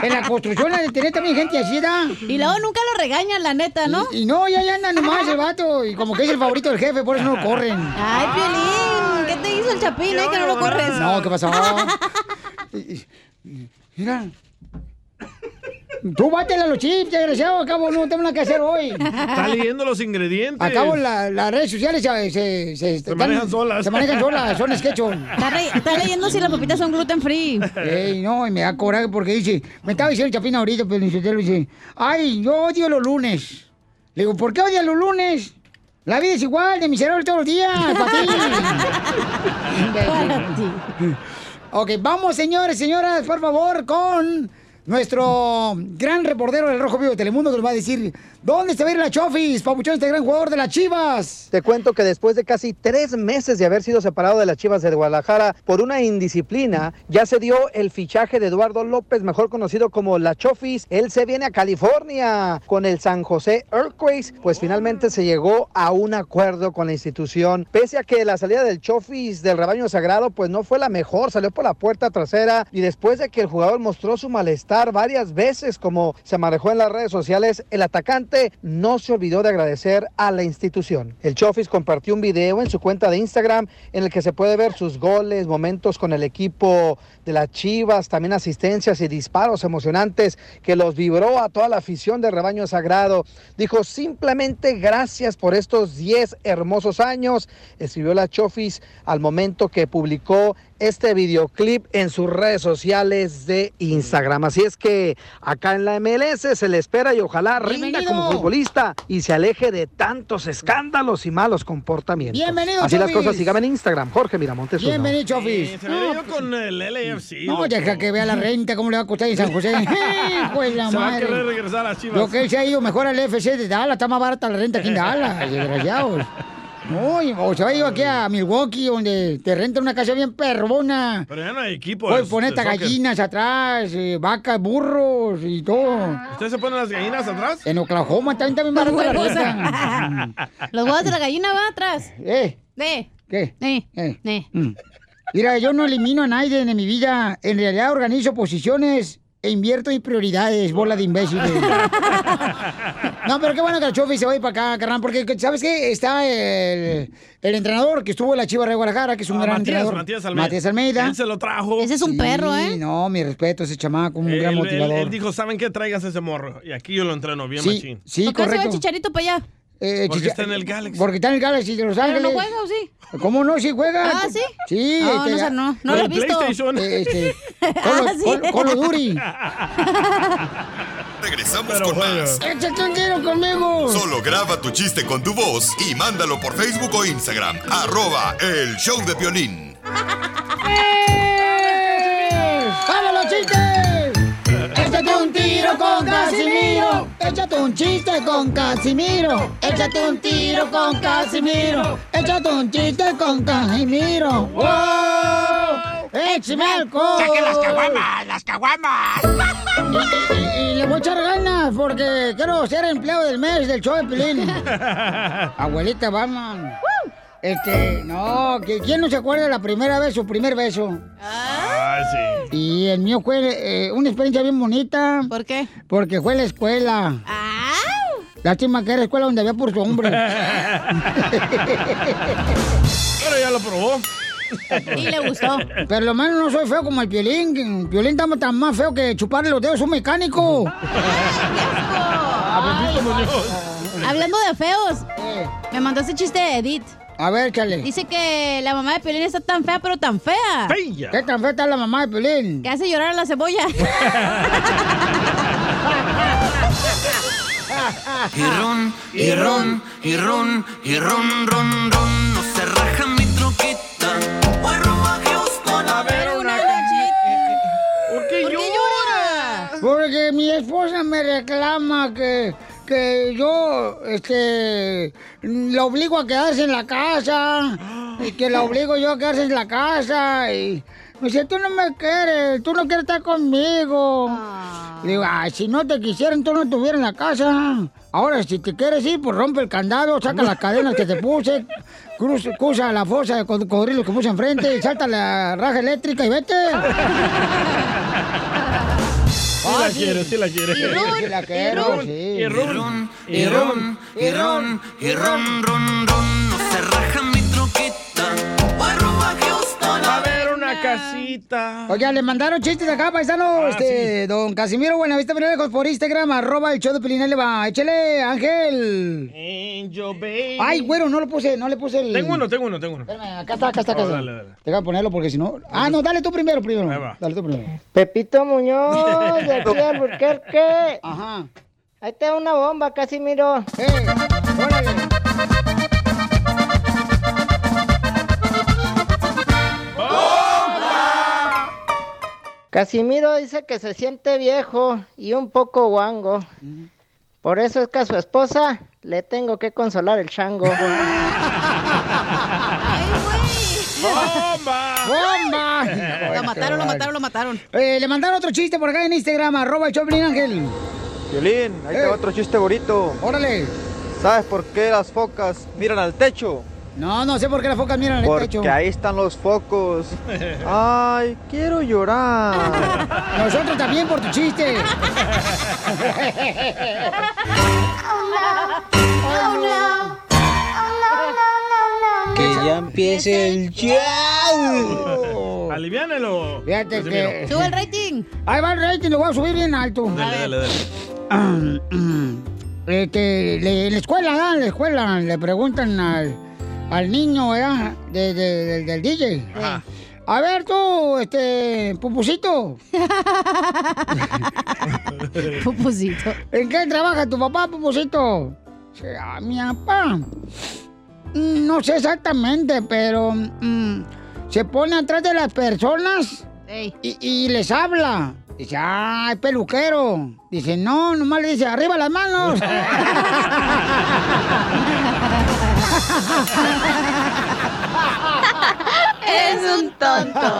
Speaker 2: En la construcción ha de tener también gente así, ¿da?
Speaker 6: Y luego nunca lo regañan, la neta, ¿no?
Speaker 2: Y, y no, ya, ya anda nomás el vato, y como que es el favorito del jefe, por eso no lo corren.
Speaker 6: Ay, Piolín, ¿qué te hizo el chapín, eh, que no lo corres?
Speaker 2: No, ¿qué pasó? Mira. Tú bátele a los chips, desgraciado. Acabo, no tengo nada que hacer hoy.
Speaker 5: Está leyendo los ingredientes.
Speaker 2: Acabo, la- las redes sociales se, se, se- están-
Speaker 5: manejan solas.
Speaker 2: Se manejan solas, son sketchos.
Speaker 6: Está, re- está leyendo si las papitas son gluten free.
Speaker 2: Ey, no, y me da coraje porque dice, me estaba diciendo el Chapín ahorita, pero el Sotelo dice, ay, yo odio los lunes. Le digo, ¿por qué odias los lunes? La vida es igual, de miserable todos los días, para ti. Imbécil. Ok, vamos, señores, señoras, por favor, con nuestro gran reportero del Rojo Vivo de Telemundo que nos va a decir dónde se va a ir la Chofis, papuchón, este gran jugador de las Chivas.
Speaker 8: Te cuento que después de casi tres meses de haber sido separado de las Chivas de Guadalajara por una indisciplina, ya se dio el fichaje de Eduardo López, mejor conocido como La Chofis. Él se viene a California con el San José Earthquakes, pues finalmente se llegó a un acuerdo con la institución. Pese a que la salida del Chofis del rebaño sagrado pues no fue la mejor, salió por la puerta trasera y después de que el jugador mostró su malestar varias veces como se manejó en las redes sociales, el atacante no se olvidó de agradecer a la institución. El Chofis compartió un video en su cuenta de Instagram en el que se puede ver sus goles, momentos con el equipo de las Chivas, también asistencias y disparos emocionantes que los vibró a toda la afición de Rebaño Sagrado. Dijo simplemente gracias por estos 10 hermosos años, escribió la Chofis al momento que publicó este videoclip en sus redes sociales de Instagram. Así es que acá en la MLS se le espera y ojalá rinda como futbolista y se aleje de tantos escándalos y malos comportamientos.
Speaker 2: Bienvenido,
Speaker 8: Así las
Speaker 2: Chofis.
Speaker 8: cosas, síganme en Instagram, Jorge Miramontes. uno.
Speaker 2: Bienvenido, Chofis. pues,
Speaker 5: Se me dio con el LAFC.
Speaker 2: No, deja que vea la renta, cómo le va a costar en San José. Hijo de la
Speaker 5: Se va a querer
Speaker 2: madre.
Speaker 5: regresar a Chivas.
Speaker 2: Lo que él se ha ido mejor al FC de Dallas, está más barata la renta aquí en Dallas, desgraciados. No, y- o se va a ir aquí a Milwaukee, donde te renta una casa bien perrona.
Speaker 5: Pero ya no hay equipo.
Speaker 2: Puedes
Speaker 5: de-
Speaker 2: poner
Speaker 5: de
Speaker 2: hasta
Speaker 5: soccer.
Speaker 2: gallinas atrás, eh, vacas, burros y todo.
Speaker 5: ¿Ustedes se ponen las gallinas atrás?
Speaker 2: En Oklahoma también también barata la
Speaker 6: huevos.
Speaker 2: renta.
Speaker 6: Los huevos de la gallina van atrás.
Speaker 2: Eh.
Speaker 6: Ve.
Speaker 2: ¿Qué? Eh. Mm. Mira, yo no elimino a nadie en mi vida. En realidad organizo posiciones e invierto y prioridades, bola de imbéciles. no, pero qué bueno que el Chofi se va a ir para acá, carnal, porque ¿sabes qué? Está el, el entrenador que estuvo en la Chiva de Guadalajara, que es un
Speaker 5: Ah,
Speaker 2: gran
Speaker 5: Matías,
Speaker 2: entrenador.
Speaker 5: Matías Almeida.
Speaker 2: Matías Almeida.
Speaker 5: Él se lo trajo. Ese es un
Speaker 2: Sí,
Speaker 5: perro, ¿eh?
Speaker 2: No, mi respeto, ese chamaco, un
Speaker 5: Él,
Speaker 2: gran
Speaker 5: él-
Speaker 2: motivador.
Speaker 5: él dijo, ¿saben qué? Traigas ese morro. Y aquí yo lo entreno bien
Speaker 2: Sí,
Speaker 5: machín.
Speaker 2: sí, ¿Por qué se va correcto. el
Speaker 6: Chicharito para allá.
Speaker 2: Eh,
Speaker 5: Porque
Speaker 2: Chicha-
Speaker 5: está en el Galaxy.
Speaker 2: Porque está en el Galaxy de Los
Speaker 6: ¿Pero
Speaker 2: Ángeles.
Speaker 6: no juega o sí?
Speaker 2: ¿Cómo no? Sí juega.
Speaker 6: Ah, ¿sí?
Speaker 2: Sí. este,
Speaker 6: No, no, o sea, no, no lo he En visto. PlayStation. Ah,
Speaker 2: con, lo-
Speaker 6: ¿sí?
Speaker 2: con- con lo duri.
Speaker 7: Regresamos con más.
Speaker 2: ¡Échate un tiro conmigo!
Speaker 7: Solo graba tu chiste con tu voz y mándalo por Facebook o Instagram. Arroba el show de violín.
Speaker 2: ¡Vamos los chistes! Échate un tiro con Casimiro. Échate un chiste con Casimiro. Échate un tiro con Casimiro. Échate un chiste con Casimiro. ¡Wow! ¡Échame alcohol!
Speaker 3: ¡Saque las caguamas! ¡Las caguamas!
Speaker 2: Y, y- y le voy a echar ganas porque quiero ser empleado del mes del show de Pelín. Abuelita Batman. Este, no, que- ¿quién no se acuerda de la primera vez, su primer beso?
Speaker 5: Ah, sí.
Speaker 2: Y el mío fue eh, una experiencia bien bonita. ¿Por qué? Porque fue en la escuela. Lástima que era escuela donde había por su hombre.
Speaker 5: Pero ya lo probó.
Speaker 2: Y le gustó. Pero lo menos no soy feo como el Piolín. que El Piolín está tan más feo que chuparle los dedos a un mecánico.
Speaker 5: Ah,
Speaker 6: Hablando de feos, me mandó ese chiste de Edith.
Speaker 2: Eh. A ver, chale.
Speaker 6: Dice que la mamá de Pelín está tan fea, pero tan fea.
Speaker 5: ¡Fea!
Speaker 2: ¿Qué tan fea está la mamá de Pelín?
Speaker 6: Que hace llorar a la cebolla.
Speaker 3: Y
Speaker 1: Ah.
Speaker 3: ron, y ron, y ron, y ron, ron, ron. No se raja mi troquita. Voy rumbo a Houston a ver una
Speaker 5: ¿Por qué
Speaker 2: llora? Porque mi esposa me reclama que, que yo este, la obligo a quedarse en la casa. Y que la obligo yo a quedarse en la casa. Y me dice, tú no me quieres, tú no quieres estar conmigo. Le digo, "Ay, si no te quisieran, tú no estuvieras en la casa. Ahora, si te quieres ir, pues rompe el candado, saca las cadenas que te puse, cruza, cruza la fosa de cod- cocodrilo que puse enfrente, y salta la raja eléctrica y vete.
Speaker 5: Sí la quiero, sí la quiero.
Speaker 2: Y ron,
Speaker 5: Sí la
Speaker 2: y
Speaker 15: eh.
Speaker 5: quiero,
Speaker 2: ron,
Speaker 5: sí.
Speaker 2: y ron,
Speaker 5: Y ron.
Speaker 3: Y ron, y ron, ron, ron. No se raja mi troquita. Voy rumbo a Houston a ver una casita.
Speaker 2: Oiga, le mandaron chistes acá, paisano,
Speaker 5: Ah,
Speaker 2: este, don Casimiro Buenavista Miralejos por Instagram, arroba el show de Pelín, ahí le va, échele, Ángel.
Speaker 5: Angel baby.
Speaker 2: Ay, güero, no lo puse, no le puse el...
Speaker 5: Tengo uno, tengo uno, tengo uno.
Speaker 2: Acá está, acá está, acá
Speaker 5: Oh,
Speaker 2: está.
Speaker 5: dale, dale.
Speaker 2: Deja de ponerlo porque si no... Ah, no, dale tú primero, primero. Dale tú primero.
Speaker 10: Pepito Muñoz, de aquí de Alburquerque.
Speaker 2: Ajá.
Speaker 10: Ahí está una bomba, Casimiro.
Speaker 2: Eh,
Speaker 10: Casimiro dice que se siente viejo y un poco guango. Por eso es que a su esposa le tengo que consolar el chango.
Speaker 5: ¡Bomba!
Speaker 2: ¡Bomba!
Speaker 6: Lo mataron, lo mataron, lo
Speaker 2: mataron. Eh, le mandaron otro chiste por acá en Instagram, arroba el show de Pelín, Ángel.
Speaker 13: Violín, ahí te
Speaker 2: Eh.
Speaker 13: va otro chiste bonito.
Speaker 2: Órale.
Speaker 13: ¿Sabes por qué las focas miran al techo?
Speaker 2: No, no sé por qué las focas miran al
Speaker 13: Porque
Speaker 2: techo.
Speaker 13: Porque ahí están los focos. Ay, quiero llorar.
Speaker 2: Nosotros también por tu chiste.
Speaker 12: Que ya empiece el
Speaker 5: show. Aliviánelo.
Speaker 2: Fíjate que...
Speaker 5: Casimiro.
Speaker 2: Pues el rating! Ahí va el rating, lo voy a subir bien alto.
Speaker 5: Dale, dale, dale.
Speaker 2: Este, le- en la escuela, ¿verdad? En la escuela le preguntan al, al niño, ¿verdad? De- de- del- del DJ. A ver tú, este, Pupusito. Pupusito. ¿En qué trabaja tu papá, Pupusito? Ah, mi papá. Mm, No sé exactamente, pero mm, se pone atrás de las personas y, y les habla. Dice, ah, es peluquero. Dice, no, nomás le dice, arriba las manos.
Speaker 3: Es un tonto.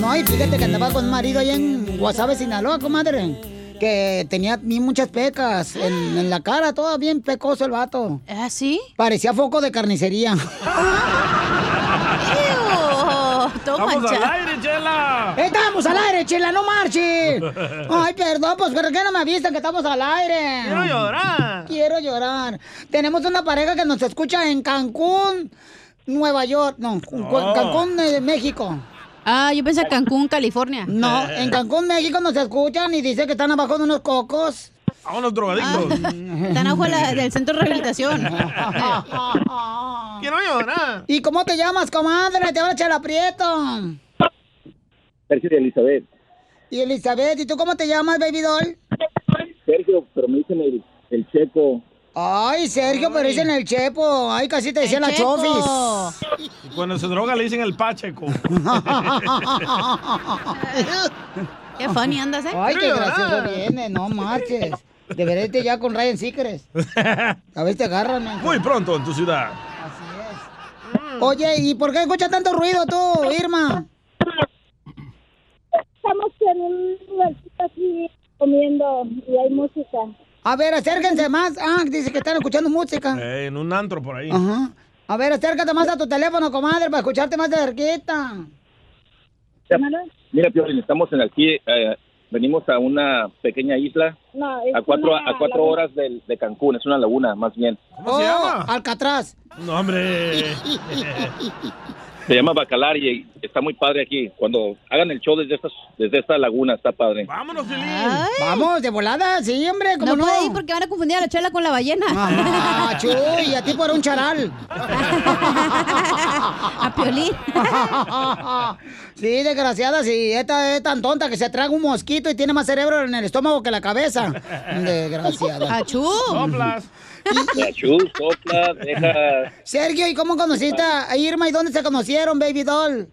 Speaker 2: No, y fíjate que andaba con un marido ahí en Guasave, Sinaloa, comadre. Que tenía bien muchas pecas en, en la cara, todo bien pecoso el vato. ¿Ah, sí? Parecía foco de carnicería.
Speaker 5: ¡Estamos al aire, Chela!
Speaker 2: ¡Estamos al aire, chela! ¡No marche! Ay, perdón, pues ¿por qué no me avisan que estamos al aire?
Speaker 5: Quiero llorar.
Speaker 2: Quiero llorar. Tenemos una pareja que nos escucha en Cancún, Nueva York. No,
Speaker 6: Oh.
Speaker 2: Cancún, eh, México. Ah, yo pensé Cancún, California. No, en Cancún, México nos escuchan y dice que están abajo de unos cocos. Ah.
Speaker 5: A unos drogadictos.
Speaker 6: Están abajo de la- del centro de rehabilitación.
Speaker 2: Quiero llorar. ¿Y cómo te llamas, comadre? Te habla Chela Prieto.
Speaker 24: Sergio de Elizabeth.
Speaker 2: Y Elizabeth, ¿y tú cómo te llamas, baby doll?
Speaker 24: Sergio, pero me dicen el, el checo.
Speaker 2: Ay, Sergio, pero dicen el Chepo. Ay, casi te decían la
Speaker 5: Chepo.
Speaker 2: Chofis.
Speaker 5: Y cuando se droga le dicen el Pacheco.
Speaker 6: Qué funny andas, ¿eh?
Speaker 2: Ay, qué gracioso viene, no marches. Debería irte ya con Ryan Seacrest. A ver, te agarran. ¿eh?
Speaker 5: Muy pronto en tu ciudad.
Speaker 2: Oye, ¿y por qué escuchas tanto ruido tú, Irma?
Speaker 17: Estamos en un lugarcito aquí comiendo y hay música.
Speaker 2: A ver, acérquense más. Ah, dice que están escuchando música.
Speaker 5: Eh, en un antro por ahí.
Speaker 2: Ajá. A ver, acércate más a tu teléfono, comadre, para escucharte más de cerquita.
Speaker 24: Mira, Piolín, estamos en aquí, eh, venimos a una pequeña isla
Speaker 17: No,
Speaker 24: a cuatro, a cuatro horas del- de Cancún, es una laguna más bien.
Speaker 2: oh, Alcatraz.
Speaker 24: No, hombre. Se llama Bacalar y está muy padre aquí. Cuando hagan el show desde, estas, desde esta laguna, está padre.
Speaker 5: Vámonos,
Speaker 6: Ay.
Speaker 2: Vamos, de volada, sí, hombre,
Speaker 6: No,
Speaker 2: ¿cómo no?
Speaker 6: puede ir porque van a confundir a la chela con la ballena.
Speaker 2: Ah, chuy, a ti por un charal.
Speaker 6: A Piolín.
Speaker 2: Sí, desgraciada, sí. Esta es tan tonta que se traga un mosquito y tiene más cerebro en el estómago que la cabeza. Desgraciada.
Speaker 6: Achú.
Speaker 24: Soplas. La chus, sopla, deja.
Speaker 2: Sergio, ¿y cómo conociste a Irma y dónde se conocieron, baby doll?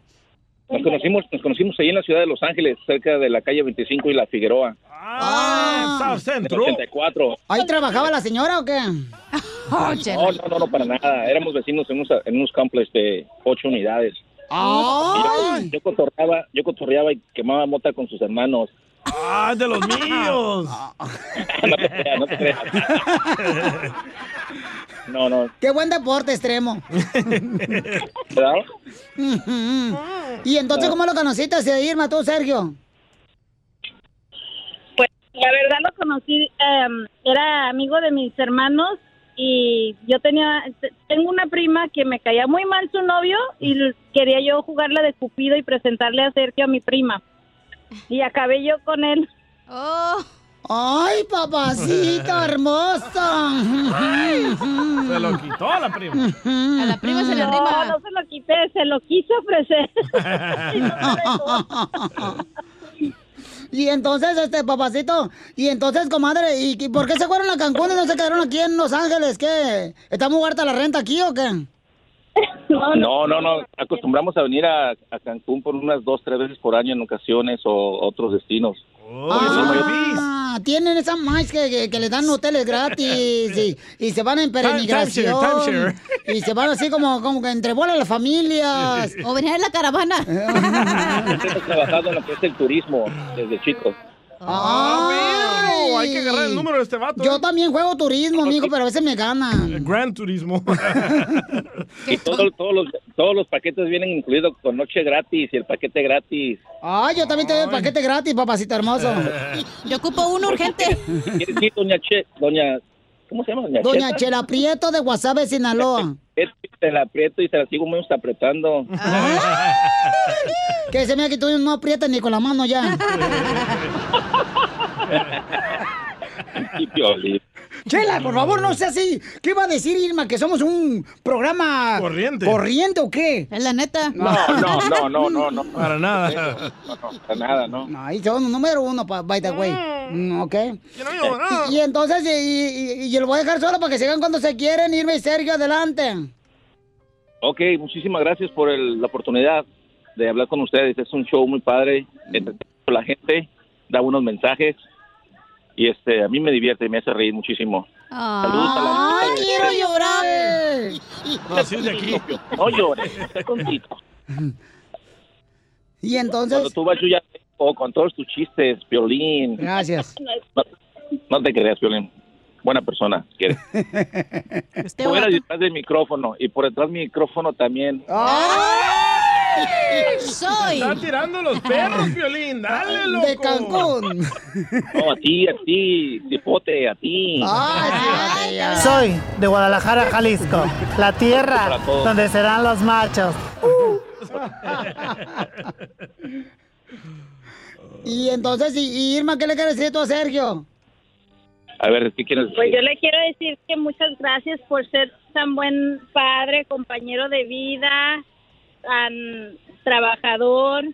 Speaker 24: Nos conocimos, nos conocimos ahí en la ciudad de Los Ángeles, cerca de la calle 25 y la Figueroa.
Speaker 2: Ah,
Speaker 24: En el 84.
Speaker 2: ¿Ahí trabajaba la señora o qué?
Speaker 24: No, no, no, no, para nada. Éramos vecinos en unos, en unos complex de ocho unidades.
Speaker 2: Ay.
Speaker 24: Yo, yo cotorreaba, yo cotorreaba y quemaba mota con sus hermanos.
Speaker 5: ¡Ah, de los míos!
Speaker 24: No te creas, no te creas. No, no.
Speaker 2: Qué buen deporte extremo.
Speaker 24: ¿Verdad?
Speaker 2: Ujú. ¿Y entonces cómo lo conociste, a Irma, tú, Sergio?
Speaker 17: Pues la verdad lo conocí, em, era amigo de mis hermanos y yo tenía, te- tengo una prima que me caía muy mal su novio y l- quería yo jugarla de cupido y presentarle a Sergio a mi prima. Y acabé yo con él.
Speaker 6: Oh.
Speaker 2: ¡Ay, papacito hermoso!
Speaker 5: Se lo quitó la prima.
Speaker 17: A
Speaker 6: la prima se le
Speaker 17: no,
Speaker 6: arrima.
Speaker 17: No, se lo quité, se lo quise ofrecer.
Speaker 2: Y entonces, este, papacito, y entonces, comadre, ¿y qué- por qué se fueron a Cancún y no se quedaron aquí en Los Ángeles? ¿Qué? ¿Está muy harta la renta aquí o qué?
Speaker 24: No, no, no. Acostumbramos a venir a, a Cancún por unas dos, tres veces por año en ocasiones o otros destinos.
Speaker 2: Ah, tienen esas más que, que, que les dan hoteles gratis y, y se van en peregrinación.
Speaker 5: timeshare,
Speaker 2: Y se van así como, como que entre bolas las familias. Ah,
Speaker 6: O venían en la caravana.
Speaker 24: Siempre he trabajado en lo que es el turismo desde chico.
Speaker 2: ¡Ay!
Speaker 5: Ah, Hay que agarrar el número de este vato.
Speaker 2: Yo también juego turismo, amigo, pero a veces me ganan.
Speaker 5: Gran turismo.
Speaker 24: Y todo- todos, los, todos los paquetes vienen incluidos con noche gratis y el paquete gratis.
Speaker 2: Ay, yo también te doy el paquete gratis, papacito hermoso. Yo ocupo uno urgente.
Speaker 24: ¿Quieres ir, doña Che? Doña, ¿Cómo se llama? Doña,
Speaker 2: Doña
Speaker 24: Cheta?
Speaker 2: Chela Prieto de Guasave, Sinaloa.
Speaker 24: Es que Te la aprieto y te la sigo menos apretando.
Speaker 2: Ah. Que se me que tú no aprietas ni con la mano ya.
Speaker 24: Y Piolín.
Speaker 2: Chela, por favor, no sea así. ¿Qué va a decir Irma? ¿Que somos un programa
Speaker 24: Corriente.
Speaker 2: corriente o qué? Es la neta.
Speaker 24: No, no, no, no, no, no.
Speaker 5: Para nada.
Speaker 24: No, no, para nada, no.
Speaker 2: Ahí son número uno, pa- by the way. Mm, ok. Y, y entonces, y, y- y- y lo voy a dejar solo para que sigan cuando se quieren. Irma y Sergio, adelante.
Speaker 24: Ok, muchísimas gracias por el- la oportunidad de hablar con ustedes. Es un show muy padre. Entretiene a la gente, da buenos mensajes. Y este, a mí me divierte, me hace reír muchísimo.
Speaker 2: ¡Ay, quiero llorar!
Speaker 24: No llores, está contigo.
Speaker 2: Y
Speaker 24: Cuando
Speaker 2: entonces,
Speaker 24: tú vas, yo ya o con todos tus chistes, Piolín.
Speaker 2: gracias.
Speaker 24: No te creas, Piolín. Buena persona, si quieres. Fuera y detrás del micrófono. Y por detrás del micrófono también.
Speaker 5: Soy. Está tirando los perros, Violín. Dale, loco.
Speaker 2: De Cancún.
Speaker 24: No, a ti, a ti. Cipote, a ti.
Speaker 2: Ah.
Speaker 1: Soy de Guadalajara, Jalisco, la tierra
Speaker 24: Para todos.
Speaker 1: donde serán los machos.
Speaker 2: Y entonces, y, y Irma, ¿qué le quieres decir tú a Sergio?
Speaker 24: A ver, ¿qué quieres decir?
Speaker 17: Pues yo le quiero decir que muchas gracias por ser tan buen padre, compañero de vida, tan trabajador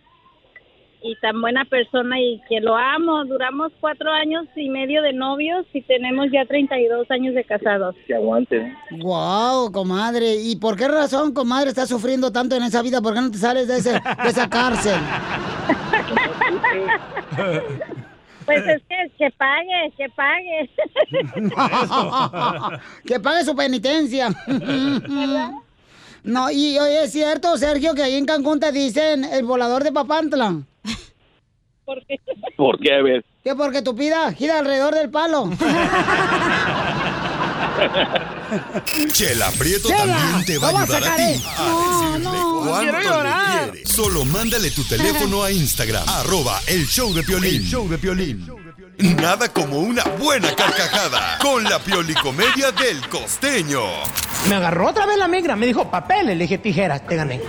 Speaker 17: y tan buena persona y que lo amo. Duramos cuatro años y medio de novios y tenemos ya 32 años de casados.
Speaker 24: Que aguante.
Speaker 2: Wow, comadre. ¿Y por qué razón, comadre, estás sufriendo tanto en esa vida? ¿Por qué no te sales de, ese, de esa cárcel?
Speaker 17: Pues es que, que pague, que pague.
Speaker 2: que pague su penitencia. no, y oye, es cierto, Sergio, que ahí en Cancún te dicen el volador de Papantla.
Speaker 24: ¿Por qué? A ver.
Speaker 2: Que porque tu pida gira alrededor del palo.
Speaker 7: Chela Prieto
Speaker 2: Chela,
Speaker 7: también te va
Speaker 2: lo
Speaker 7: a
Speaker 2: voy a
Speaker 7: ayudar a
Speaker 2: sacar,
Speaker 7: ti
Speaker 2: eh.
Speaker 7: Ah, a decirle cuánto
Speaker 2: quiero llorar.
Speaker 7: le quieres. Solo mándale tu teléfono a Instagram, arroba el show de Piolín. Nada como una buena carcajada con la piolicomedia del costeño.
Speaker 1: Me agarró otra vez la migra, me dijo papeles, le dije tijeras, te gané.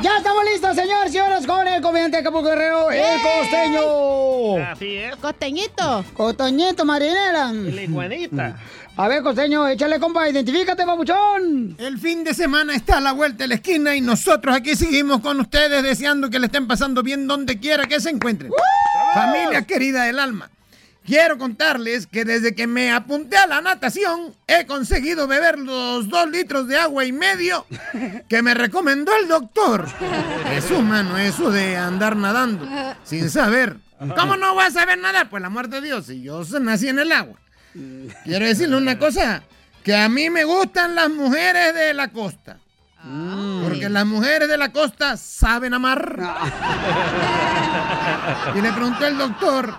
Speaker 2: Ya estamos listos, señor, señoras, con el comediante de Acapulco Guerrero, el costeño.
Speaker 5: Así es.
Speaker 2: Costeñito. Costeñito, marinera.
Speaker 5: Liguanita.
Speaker 2: A ver, costeño, échale compa, identifícate, papuchón.
Speaker 15: El fin de semana está a la vuelta de la esquina y nosotros aquí seguimos con ustedes deseando que le estén pasando bien donde quiera que se encuentren. Familia querida del alma, quiero contarles que desde que me apunté a la natación he conseguido beber los dos litros de agua y medio que me recomendó el doctor. Es humano eso de andar nadando sin saber. ¿Cómo no voy a saber nadar? Pues la muerte de Dios, si yo nací en el agua. Quiero decirle una cosa, que a mí me gustan las mujeres de la costa. Porque las mujeres de la costa saben amar. Y le preguntó el doctor,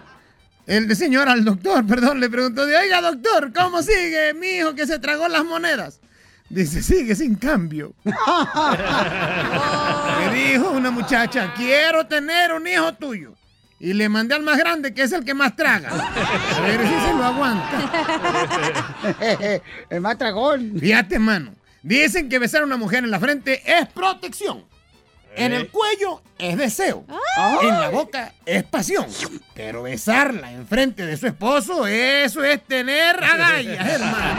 Speaker 15: el señor al doctor, perdón, le preguntó, de, oiga doctor, ¿cómo sigue mi hijo que se tragó las monedas? Dice, sigue sin cambio. Me dijo una muchacha, quiero tener un hijo tuyo. Y le mandé al más grande, que es el que más traga. A ver si se lo aguanta.
Speaker 2: el más tragón.
Speaker 15: Fíjate, mano. Dicen que besar a una mujer en la frente es protección. En el cuello es deseo.
Speaker 2: Ah.
Speaker 15: En la boca es pasión. Pero besarla enfrente de su esposo, eso es tener agallas, hermano.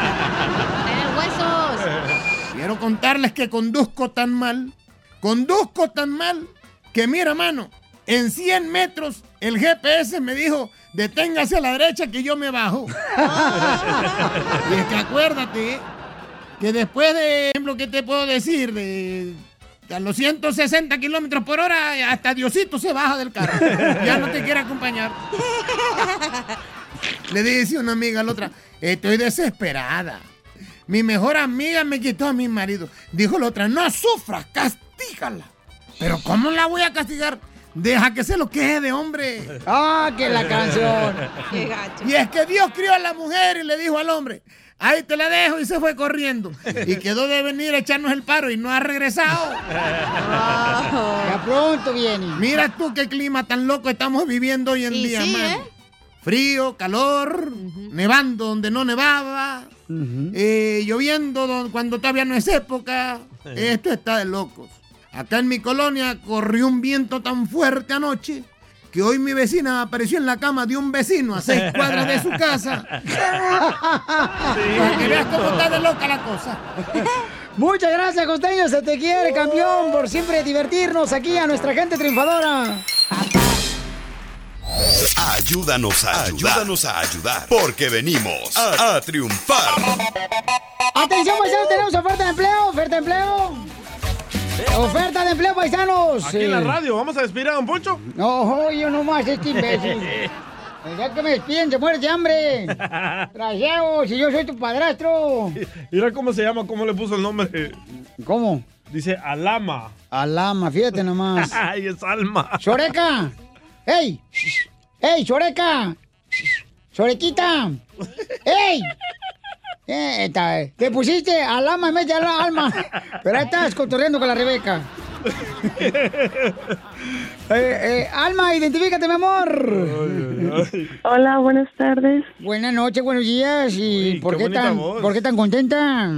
Speaker 15: Quiero contarles que conduzco tan mal, conduzco tan mal, que mira, mano, en 100 metros el GPS me dijo, deténgase a la derecha que yo me bajo. y es que acuérdate que después de, ejemplo, ¿qué te puedo decir? De, a los 160 kilómetros por hora, hasta Diosito se baja del carro. Ya no te quiere acompañar. Le dice una amiga a la otra, estoy desesperada. Mi mejor amiga me quitó a mi marido. Dijo la otra, no sufras, castígala. Pero ¿cómo la voy a castigar? Deja que se lo quede, hombre.
Speaker 2: Ah, que la canción.
Speaker 15: Qué Y es que Dios crió a la mujer y le dijo al hombre, ahí te la dejo y se fue corriendo. Y quedó de venir a echarnos el paro y no ha regresado.
Speaker 2: Ya pronto viene.
Speaker 15: Mira tú qué clima tan loco estamos viviendo hoy en
Speaker 6: Y
Speaker 15: día,
Speaker 6: sí,
Speaker 15: mano.
Speaker 6: ¿eh?
Speaker 15: Frío, calor, nevando donde no nevaba, eh, lloviendo don- cuando todavía no es época. Esto está de locos. Acá en mi colonia corrió un viento tan fuerte anoche que hoy mi vecina apareció en la cama de un vecino a seis cuadras de su casa. Para que veas cómo está de loca la cosa.
Speaker 2: Muchas gracias, Costeño. Se te quiere, campeón, por siempre divertirnos aquí a nuestra gente triunfadora.
Speaker 7: Ayúdanos a ayudar. Ayúdanos a ayudar. Porque venimos a, a triunfar.
Speaker 2: Atención, paisanos, tenemos oferta de empleo, oferta de empleo. Oferta de empleo, paisanos.
Speaker 5: Aquí en la
Speaker 2: Eh,
Speaker 5: radio, ¿vamos a despedir a Don Poncho?
Speaker 2: No, yo nomás, este imbécil. Ya que me despiden, se mueres de hambre. Traseo, si yo soy tu padrastro.
Speaker 5: Mira cómo se llama, cómo le puso el nombre.
Speaker 2: ¿Cómo?
Speaker 5: Dice Alama.
Speaker 2: Alama, fíjate nomás.
Speaker 5: Ay, es Alma.
Speaker 2: ¡Choreca! ¡Ey! ¡Ey, Choreca! ¡Chorequita! ¡Ey! Eh, ta- te pusiste alama en vez de ala- alma. Pero ahí estás cotorreando con la Rebeca. Eh, eh, alma, identifícate, mi amor.
Speaker 14: Hola, buenas tardes.
Speaker 2: Buenas noches, buenos días. ¿Y por,
Speaker 14: qué
Speaker 2: qué
Speaker 14: bonita
Speaker 2: tan,
Speaker 14: voz.
Speaker 2: por qué tan contenta?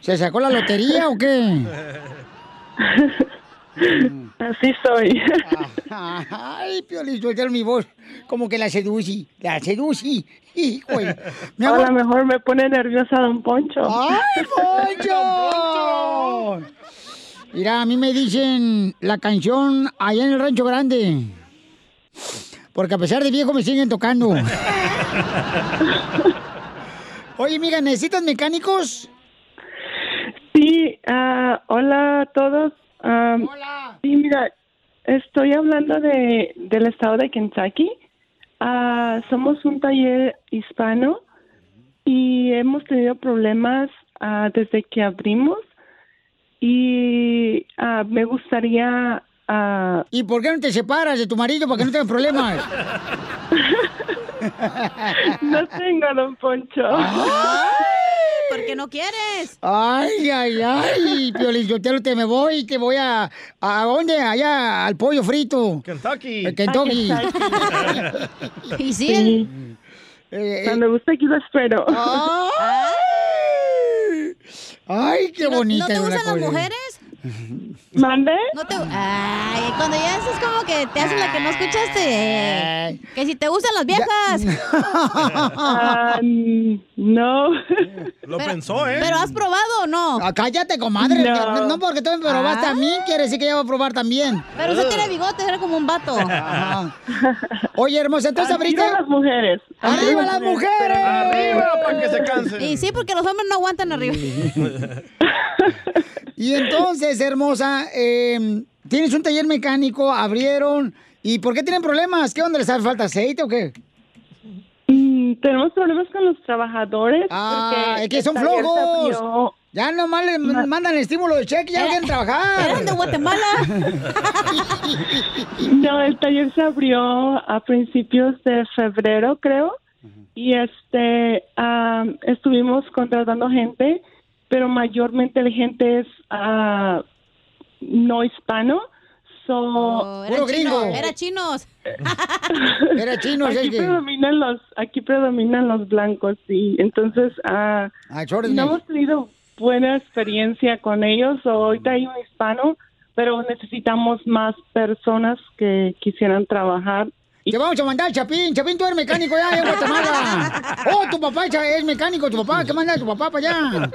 Speaker 2: ¿Se sacó la lotería o qué?
Speaker 14: Así soy.
Speaker 2: Ay, Piolín, suelta mi voz. Como que la seducí, la seducí. Hijo, de- mi
Speaker 14: A
Speaker 2: amor.
Speaker 14: lo mejor me pone nerviosa Don Poncho.
Speaker 2: ¡Ay, Poncho! Mira, a mí me dicen la canción allá en el Rancho Grande. Porque a pesar de viejo me siguen tocando. Oye, mira, ¿necesitas mecánicos?
Speaker 14: Sí, ah, hola a todos. Am, Sí, mira, estoy hablando de, del estado de Kentucky. Ah, somos un taller hispano y hemos tenido problemas ah, desde que abrimos y ah, me gustaría... ah,
Speaker 2: ¿Y por qué no te separas de tu marido para que no tengas problemas?
Speaker 14: no tengo, don Poncho.
Speaker 6: ¿Por qué no quieres?
Speaker 2: Ay, ay, ay, Piolín, yo te, lo- te me voy, te voy a... ¿A dónde? Allá, al pollo frito.
Speaker 5: Kentucky.
Speaker 2: Eh, Kentucky.
Speaker 14: Ah,
Speaker 2: ¿Y sí? Eh,
Speaker 14: Cuando guste aquí lo espero.
Speaker 3: Oh,
Speaker 2: ¡Ay! Ay, qué
Speaker 6: ¿No
Speaker 2: bonita.
Speaker 6: te
Speaker 2: es una
Speaker 6: gustan las
Speaker 2: cosa.
Speaker 6: mujeres?
Speaker 14: ¿Mande?
Speaker 6: No te... Ay, cuando ya es como que te haces la que no escuchaste. Que si te gustan las viejas.
Speaker 14: Ah, no.
Speaker 5: Lo pensó, ¿eh?
Speaker 6: ¿Pero has probado o no?
Speaker 2: Ah, cállate, comadre.
Speaker 6: No.
Speaker 2: ya- No, porque tú me probaste
Speaker 6: Ah.
Speaker 2: a mí, quiere decir que yo voy a probar también.
Speaker 6: Pero usted tiene bigote, era como un vato.
Speaker 2: Ajá. Oye, hermosa, entonces abriste.
Speaker 14: Arriba las mujeres.
Speaker 2: ¡Arriba las mujeres!
Speaker 5: Arriba, para que se cansen.
Speaker 6: Y sí, porque los hombres no aguantan arriba.
Speaker 2: Y entonces, hermosa, eh, tienes un taller mecánico, abrieron. ¿Y por qué tienen problemas? ¿Qué onda? ¿Les hace falta aceite o qué?
Speaker 14: Mm, tenemos problemas con los trabajadores.
Speaker 2: Ah,
Speaker 14: porque
Speaker 2: es que son
Speaker 14: el taller se
Speaker 2: flojos.
Speaker 14: abrió-
Speaker 2: Ya nomás les mandan el estímulo de cheque, ya no quieren trabajar.
Speaker 14: eran eh, de
Speaker 2: Guatemala.
Speaker 14: No, el taller se abrió a principios de febrero, creo. Y este, am, estuvimos contratando gente, pero mayormente la gente es ah, no hispano. So,
Speaker 6: Era chino, Era Oh, chinos.
Speaker 2: Era chino,
Speaker 14: aquí,
Speaker 6: es que-
Speaker 14: predominan los, aquí predominan los blancos, sí. Entonces, ah, no hemos tenido buena experiencia con ellos. o Ahorita hay un hispano, pero necesitamos más personas que quisieran trabajar.
Speaker 2: Te vamos a mandar al Chapín. Chapín, tú eres mecánico ya en Guatemala. Oh, tu papá ya es mecánico, tu papá. ¿Qué manda tu papá para allá?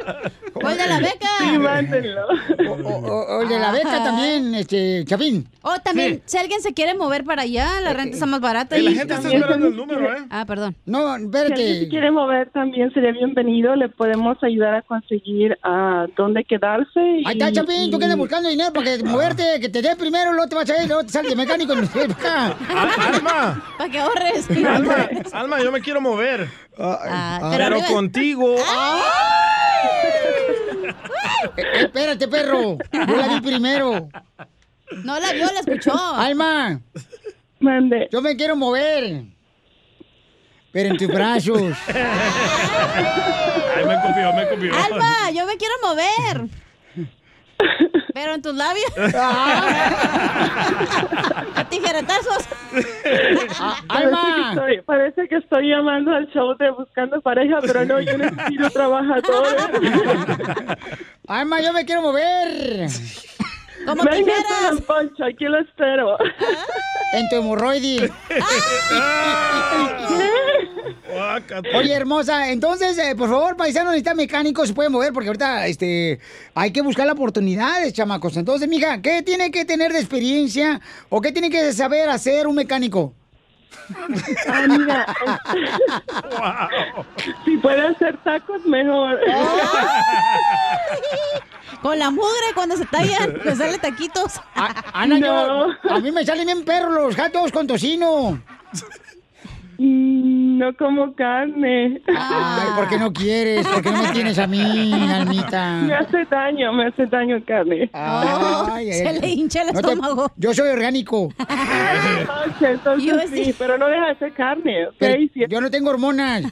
Speaker 6: ¡Oye, la beca!
Speaker 14: Sí, mándenlo.
Speaker 2: O el de la beca también, este, Chapín.
Speaker 6: O Oh, también, si alguien se quiere mover para allá,
Speaker 2: Eh,
Speaker 6: la renta está más barata.
Speaker 14: Y eh, la
Speaker 6: ahí
Speaker 14: gente está
Speaker 6: también.
Speaker 14: esperando el número, ¿eh?
Speaker 6: Ah, perdón.
Speaker 2: No,
Speaker 14: Si alguien se quiere mover también sería bienvenido. Le podemos ayudar a conseguir a dónde quedarse. y-
Speaker 2: Ahí está, Chapín, tú que andas
Speaker 14: y-
Speaker 2: buscando dinero para
Speaker 5: Ah.
Speaker 2: que moverte, que te dé primero, luego te vas a ir, luego te sales de mecánico. y te acá.
Speaker 5: Ah, Alma.
Speaker 6: Para que ahorres. Ah,
Speaker 5: Alma, Alma, yo me quiero mover.
Speaker 2: pero
Speaker 5: pero
Speaker 2: Ah. arriba- Ah,
Speaker 5: contigo.
Speaker 2: Eh, Espérate, perro. Yo la vi primero.
Speaker 6: No la vio, la escuchó.
Speaker 2: Alma. Mande. Yo me quiero mover. Pero en tus brazos.
Speaker 5: Ay, me copió, me copió.
Speaker 6: Alma, yo me quiero mover. Pero en tus labios. A tijeretazos.
Speaker 2: Ah,
Speaker 14: Parece que, estoy, parece que estoy llamando al show de Buscando Pareja, pero no, yo necesito trabajadores.
Speaker 2: Alma, yo me quiero mover.
Speaker 14: Como Venga, Don Poncho, aquí lo espero.
Speaker 2: En tu hemorroide. Oye, hermosa, entonces, eh, por favor, paisanos, necesitan mecánicos, se pueden mover, porque ahorita este, hay que buscar las oportunidades, chamacos. Entonces, mija, ¿qué tiene que tener de experiencia o qué tiene que saber hacer un mecánico?
Speaker 14: Ah, mira. Si puede hacer tacos, mejor.
Speaker 2: Ah,
Speaker 6: Con la mugre cuando se tallan, le sale taquitos. Oh,
Speaker 2: A, Ana, yo- a mí me salen bien perros los gatos con tocino.
Speaker 14: Mm, No como carne.
Speaker 2: Ay, ¿por qué no quieres? ¿Por qué no me tienes a mí, Almita?
Speaker 14: Me hace daño, me hace daño carne.
Speaker 6: se le hincha el
Speaker 2: No te-
Speaker 6: estómago.
Speaker 2: yo soy orgánico.
Speaker 14: entonces
Speaker 6: Yo
Speaker 14: sí,
Speaker 6: sí.
Speaker 14: pero no deja de ser carne. ¿ok?
Speaker 2: Pero yo no tengo hormonas.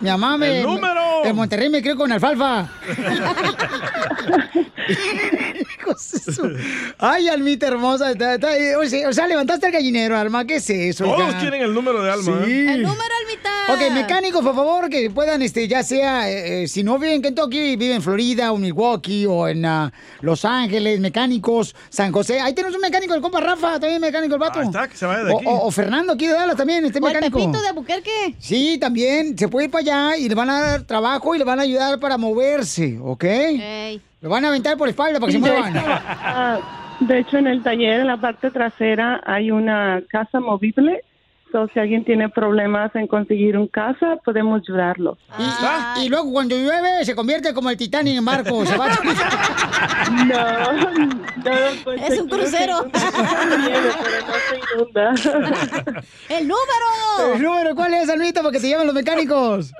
Speaker 2: Mi mamá me...
Speaker 14: ¡El número!
Speaker 2: En Monterrey me creo con alfalfa. Hijos de su- Ay, Almita hermosa. está- está- o, sea, o sea, levantaste el gallinero, Alma. ¿Qué es eso?
Speaker 5: Todos
Speaker 2: hija?
Speaker 5: quieren el número de Alma.
Speaker 2: Sí.
Speaker 5: ¿eh?
Speaker 2: Ok, mecánicos, por favor, que puedan, este, ya sea, eh, eh, si no viven en Kentucky, viven en Florida o Milwaukee o en ah, Los Ángeles, mecánicos, San José. Ahí tenemos un mecánico, el compa Rafa, también mecánico el vato.
Speaker 5: Ah, está, que se vaya de
Speaker 2: O-
Speaker 5: aquí.
Speaker 2: O, o Fernando aquí de Dallas también, este
Speaker 6: O el
Speaker 2: mecánico.
Speaker 6: Pepito de Albuquerque.
Speaker 2: Sí, también, se puede ir para allá y le van a dar trabajo y le van a ayudar para moverse, ¿ok? Lo van a aventar por la espalda para que se
Speaker 14: De
Speaker 2: muevan.
Speaker 14: Ah, de hecho, en el taller, en la parte trasera, hay una casa movible. So, si alguien tiene problemas en conseguir un casa, podemos ayudarlo.
Speaker 2: Y, y luego cuando llueve se convierte como el Titanic en barco, se va.
Speaker 14: No, pues,
Speaker 6: Es un crucero. ¡El número!
Speaker 2: ¿El número cuál es, Almita, para que se llamen los mecánicos?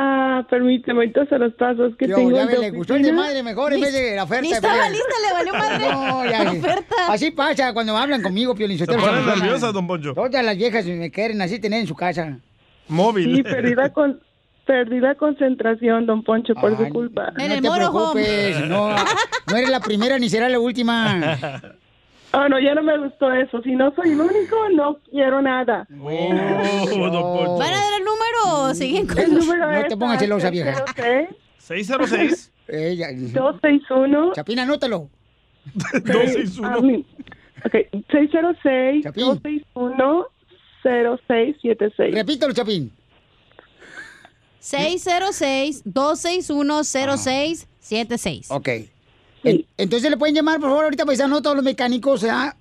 Speaker 14: Ah, permíteme, entonces los pasos que
Speaker 2: Yo,
Speaker 14: tengo.
Speaker 2: ya
Speaker 14: en
Speaker 2: ve,
Speaker 14: la
Speaker 2: le gustó el de
Speaker 14: oficina.
Speaker 2: madre mejor en vez de la oferta.
Speaker 6: ni
Speaker 2: de
Speaker 6: estaba
Speaker 2: Piolín.
Speaker 6: lista, le valió madre
Speaker 2: No, ya.
Speaker 6: la oferta.
Speaker 2: Así pasa cuando hablan conmigo, Piolín.
Speaker 5: Se ponen nerviosas, don Poncho.
Speaker 2: Todas las viejas me quieren así tener en su casa.
Speaker 5: Móvil.
Speaker 14: Sí, perdida, con, perdida concentración, don Poncho, por
Speaker 2: Ay,
Speaker 14: su culpa.
Speaker 2: no te preocupes, no, no eres la primera ni será la última.
Speaker 14: Ah, no, ya no me gustó eso. Si no soy el único, no quiero nada.
Speaker 5: Oh,
Speaker 2: Oh.
Speaker 6: ¿Van a dar el número
Speaker 2: Mm.
Speaker 6: o siguen con
Speaker 14: El número
Speaker 2: No
Speaker 14: es
Speaker 2: te pongas ¿eh? celosa, vieja.
Speaker 5: 606.
Speaker 2: Eh, ya-
Speaker 14: 261.
Speaker 2: Chapina, anótalo.
Speaker 14: 261. A mí. Ok, 606 261 0676.
Speaker 2: Repítelo, Chapín.
Speaker 6: 606-261-0676.
Speaker 2: Ok. Ah. En- Entonces le pueden llamar, por favor, ahorita paisano, todos los mecánicos, ¿ah?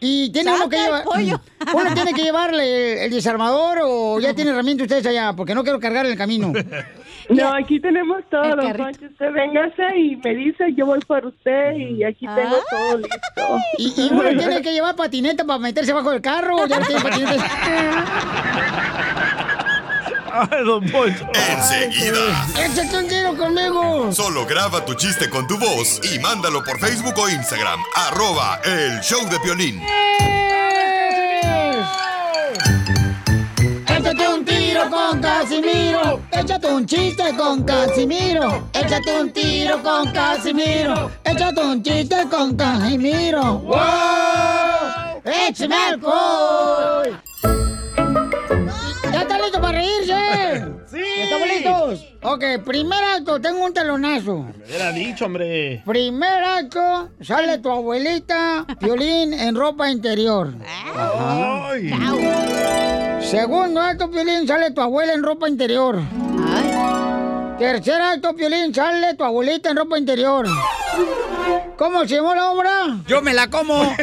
Speaker 2: Y tiene uno que llevar. Uno tiene que llevarle el desarmador o ya tiene herramienta ustedes allá, porque no quiero cargar en el camino.
Speaker 14: No, aquí tenemos todo,
Speaker 2: El
Speaker 14: don
Speaker 2: carrito.
Speaker 14: Pancho. Usted véngase y me dice, yo voy por usted y aquí tengo todo listo.
Speaker 2: Mm. Y, y uno tiene que llevar patineta para meterse bajo el carro, o ya no tiene patineta.
Speaker 5: Ay, don Poncho.
Speaker 7: Enseguida.
Speaker 2: ¡Échate un tiro conmigo!
Speaker 7: Solo graba tu chiste con tu voz y mándalo por Facebook o Instagram. Arroba el show de Piolín.
Speaker 2: ¡Eh! Échate un tiro con Casimiro. Échate un chiste con Casimiro. Échate un tiro con Casimiro. Échate un chiste con Casimiro. ¡Wow! ¡Échame alcohol! ¿Ya está listo para reírse?
Speaker 5: ¡Sí!
Speaker 2: ¿Estamos listos? Ok, primer acto, tengo un telonazo.
Speaker 5: Era dicho, hombre.
Speaker 2: Primer acto, sale tu abuelita, Piolín, en ropa interior. Ajá.
Speaker 5: Ay.
Speaker 2: Segundo acto, Piolín, sale tu abuela en ropa interior. Tercer acto, Piolín, sale tu abuelita en ropa interior. ¿Cómo se llamó la obra? Yo me la como.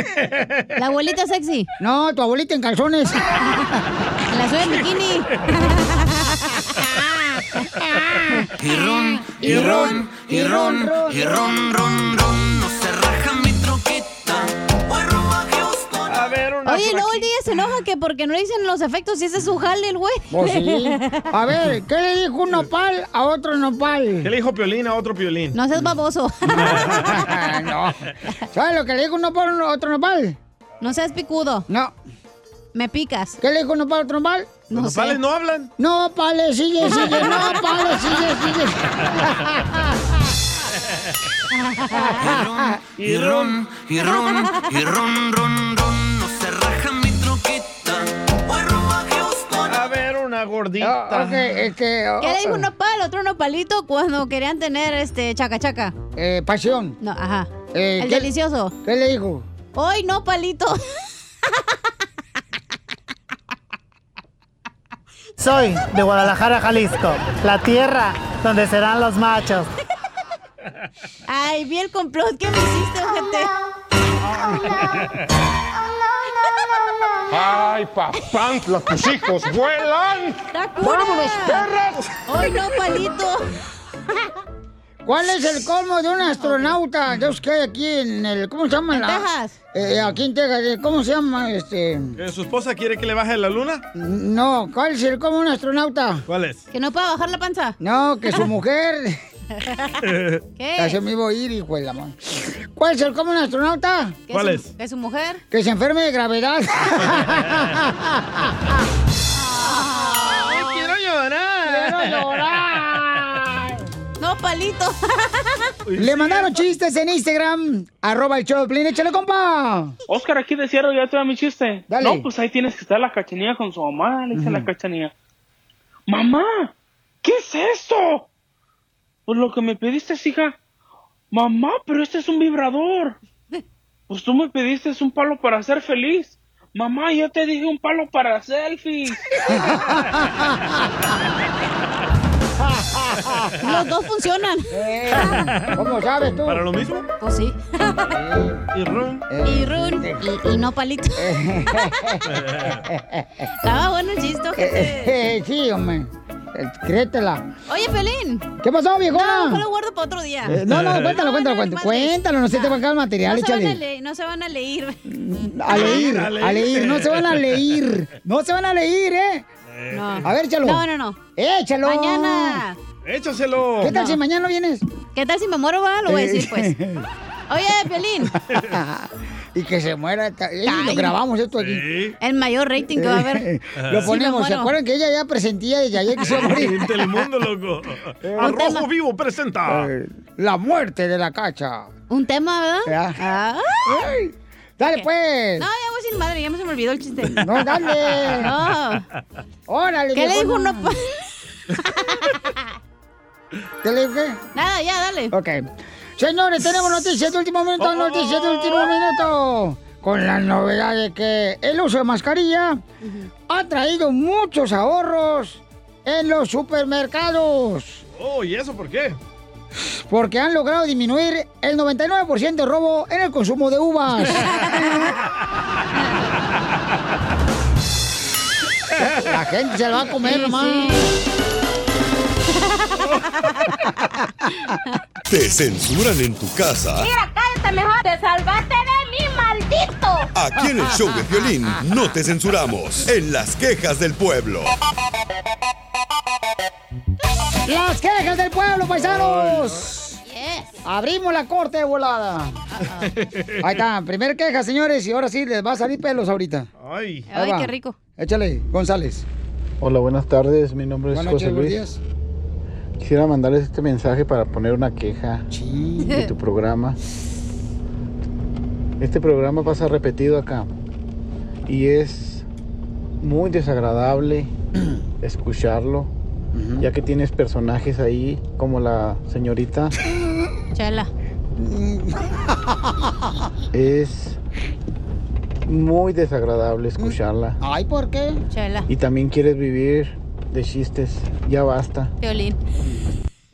Speaker 6: ¿La abuelita sexy?
Speaker 2: No, tu abuelita en calzones.
Speaker 6: La suya en bikini.
Speaker 4: Y
Speaker 2: Ah,
Speaker 4: ron, y ron, y ron, y ron, ron, ron. No se raja mi troquita.
Speaker 5: A ver, una
Speaker 6: Oye,
Speaker 5: por
Speaker 6: luego
Speaker 5: aquí.
Speaker 6: el día se enoja que porque no le dicen los efectos y ese es su jale, el güey.
Speaker 2: Pues sí. A ver, ¿qué le dijo un nopal a otro nopal?
Speaker 5: ¿Qué le dijo Piolín a otro Piolín?
Speaker 6: No seas baboso.
Speaker 2: Ah, no. ¿Sabes lo que le dijo un nopal a otro nopal?
Speaker 6: No seas picudo.
Speaker 2: No.
Speaker 6: Me picas.
Speaker 2: ¿Qué le dijo un nopal a otro nopal?
Speaker 5: ¿Los nopales no hablan?
Speaker 2: No, pales, sigue, sigue, no, pales, sigue, sigue.
Speaker 4: Y ron, y ron, y ron, ron, ron, no se raja mi troquita. Voy rumbo a Houston.
Speaker 5: A ver, una gordita.
Speaker 2: Ah, ok, este,
Speaker 6: ¿Qué le dijo un nopal, otro nopalito cuando querían tener este chaca chaca?
Speaker 2: Eh, pasión.
Speaker 6: No, ajá.
Speaker 2: Eh,
Speaker 6: el
Speaker 2: ¿qué-
Speaker 6: delicioso.
Speaker 2: ¿Qué le dijo?
Speaker 6: Hoy no palito.
Speaker 11: Soy de Guadalajara, Jalisco, la tierra donde serán los machos.
Speaker 6: Ay, vi el complot que me hiciste, ojete.
Speaker 18: ¡Ay, papantla! ¡Tus hijos vuelan!
Speaker 6: pues,
Speaker 2: ¡Vámonos, perras!
Speaker 6: ¡Hoy no, palito!
Speaker 2: ¿Cuál es el colmo de un astronauta? Dios que hay aquí en el. ¿Cómo se llama?
Speaker 5: En
Speaker 2: la-
Speaker 5: Texas.
Speaker 2: Eh, aquí en Texas. eh, ¿Cómo se llama? Este.
Speaker 5: Eh, ¿Su esposa quiere que le baje la luna?
Speaker 2: No, ¿cuál es el colmo de un astronauta?
Speaker 5: ¿Cuál es?
Speaker 6: Que no pueda bajar la panza.
Speaker 2: No, que su mujer.
Speaker 6: ¿Qué?
Speaker 2: Ya se me iba a ir, hijo de la madre. ¿Cuál es el colmo de un astronauta?
Speaker 6: Que su- Que su mujer.
Speaker 2: Que se enferme de gravedad.
Speaker 6: Ah.
Speaker 5: quiero llorar!
Speaker 2: ¡Quiero llorar!
Speaker 6: ¡No, palito!
Speaker 2: Le mandaron chistes en Instagram, arroba el show de Piolín. échale compa.
Speaker 19: Oscar, aquí de cierro, ya te da mi chiste.
Speaker 2: Dale.
Speaker 19: No, pues ahí tienes que estar la cachanilla con su mamá, le dice la cachanilla. Mamá, ¿qué es esto? Pues lo que me pediste, hija. Mamá, pero este es un vibrador. Pues tú me pediste un palo para ser feliz. Mamá, yo te dije un palo para selfies.
Speaker 6: Los dos funcionan.
Speaker 2: ¿Cómo sabes tú?
Speaker 5: ¿Para lo mismo?
Speaker 6: Pues sí.
Speaker 5: Y ron.
Speaker 6: Y run. Y, y no palito. Estaba bueno el chiste,
Speaker 2: Eh,
Speaker 6: ojete.
Speaker 2: sí, hombre. Eh, Créetela.
Speaker 6: Oye, Pelín.
Speaker 2: eh. ¿Qué pasó, viejona?
Speaker 6: No, mejor lo guardo para otro día.
Speaker 2: Eh, no, no, cuéntalo, cuéntalo, cuéntalo. Cuéntalo, no se te va a acabar el material,
Speaker 6: no, se van a
Speaker 2: échale. Mm,
Speaker 6: leer, no se van a leer. Ah.
Speaker 2: A leer,
Speaker 6: A
Speaker 2: a
Speaker 6: leer.
Speaker 2: leer, no se van a leer. No se van a leer, ¿eh?
Speaker 6: No.
Speaker 2: A ver, échalo.
Speaker 6: No, no, no.
Speaker 2: Échalo.
Speaker 6: Mañana.
Speaker 5: Échaselo.
Speaker 2: ah. ¿Qué tal
Speaker 6: No.
Speaker 2: si mañana no vienes?
Speaker 6: ¿Qué tal si me muero, va? Lo voy a decir, pues. Oye, Pelín.
Speaker 2: y que se muera. ta- Ey, lo
Speaker 6: Ay.
Speaker 2: grabamos esto aquí.
Speaker 6: El mayor rating que va a haber.
Speaker 2: Lo
Speaker 6: Sí,
Speaker 2: ponemos.
Speaker 6: me
Speaker 2: ¿Se
Speaker 6: muero.
Speaker 2: acuerdan que ella ya presentía desde ayer que se iba a morir?
Speaker 5: En Telemundo, loco.
Speaker 2: Eh.
Speaker 5: Arrojo Vivo presenta.
Speaker 2: La muerte de la cacha.
Speaker 6: Un tema, ¿verdad?
Speaker 2: Ah. Ya.
Speaker 6: Ay.
Speaker 2: Dale,
Speaker 6: ¿Ah? Ok.
Speaker 2: pues.
Speaker 6: No, ya voy sin madre, ya me se me olvidó el chiste.
Speaker 2: No, dale.
Speaker 6: No.
Speaker 2: Órale,
Speaker 6: ¿Qué le dijo un
Speaker 2: viejona.
Speaker 6: nopal?
Speaker 2: ¿Qué le dije?
Speaker 6: Nada, Ah, ya, dale.
Speaker 2: Ok. Señores, tenemos noticias de último minuto,
Speaker 6: Oh,
Speaker 2: noticias de último minuto. Con la novedad de que el uso de mascarilla ha traído muchos ahorros en los supermercados.
Speaker 5: Oh, ¿y eso por qué?
Speaker 2: Porque han logrado disminuir el 99% de robo en el consumo de uvas. La gente se la va a comer, hermano.
Speaker 7: Te censuran en tu casa.
Speaker 9: cállate mejor. Te salvaste de mí, maldito.
Speaker 7: Aquí en el show de violín no te censuramos. En las quejas del pueblo.
Speaker 2: Las quejas del pueblo, paisanos. Abrimos la corte de volada. Ahí está, primer queja, señores, y ahora sí les va a salir pelos ahorita.
Speaker 5: Ay,
Speaker 2: Ahí va. Échale, González.
Speaker 25: Hola, buenas tardes. Mi nombre es
Speaker 2: Buenas
Speaker 25: José
Speaker 2: noches,
Speaker 25: Luis.
Speaker 2: buenos días.
Speaker 25: Quisiera mandarles este mensaje para poner una queja de tu programa. Este programa pasa repetido acá y es muy desagradable escucharlo, ya que tienes personajes ahí como la señorita.
Speaker 6: Chela.
Speaker 25: Es muy desagradable escucharla.
Speaker 2: Ay, ¿por qué?
Speaker 6: Chela.
Speaker 25: Y también quieres vivir de chistes. Ya basta.
Speaker 6: Violín.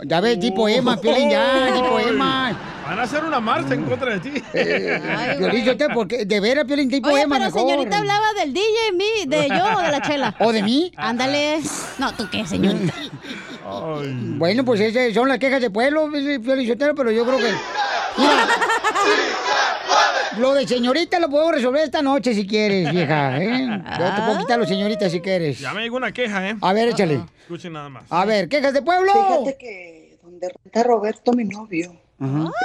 Speaker 2: Ya ves, tipo Emma, Piolín, ya, tipo Emma.
Speaker 5: Oh, Van a hacer una marcha en contra de ti.
Speaker 2: Eh, Piolín, yo te, porque de veras, Piolín, tipo
Speaker 6: Oye,
Speaker 2: Emma,
Speaker 6: pero
Speaker 2: mejor.
Speaker 6: señorita hablaba del DJ, mí, de yo o de la chela.
Speaker 2: ¿O de mí? Ah.
Speaker 6: Ándale. No, ¿tú qué, señorita?
Speaker 2: Bueno, pues esas son las quejas de pueblo, Piolín Sotelo, pero yo creo que... Mira, Lo de señorita lo puedo resolver esta noche si quieres, vieja. ¿eh? Yo te puedo quitar lo señorita si quieres.
Speaker 5: Ya me llegó una queja, ¿eh?
Speaker 2: A ver, échale.
Speaker 5: Escuchen nada más.
Speaker 2: A ver, quejas de pueblo.
Speaker 21: Fíjate que donde renta Roberto, mi novio,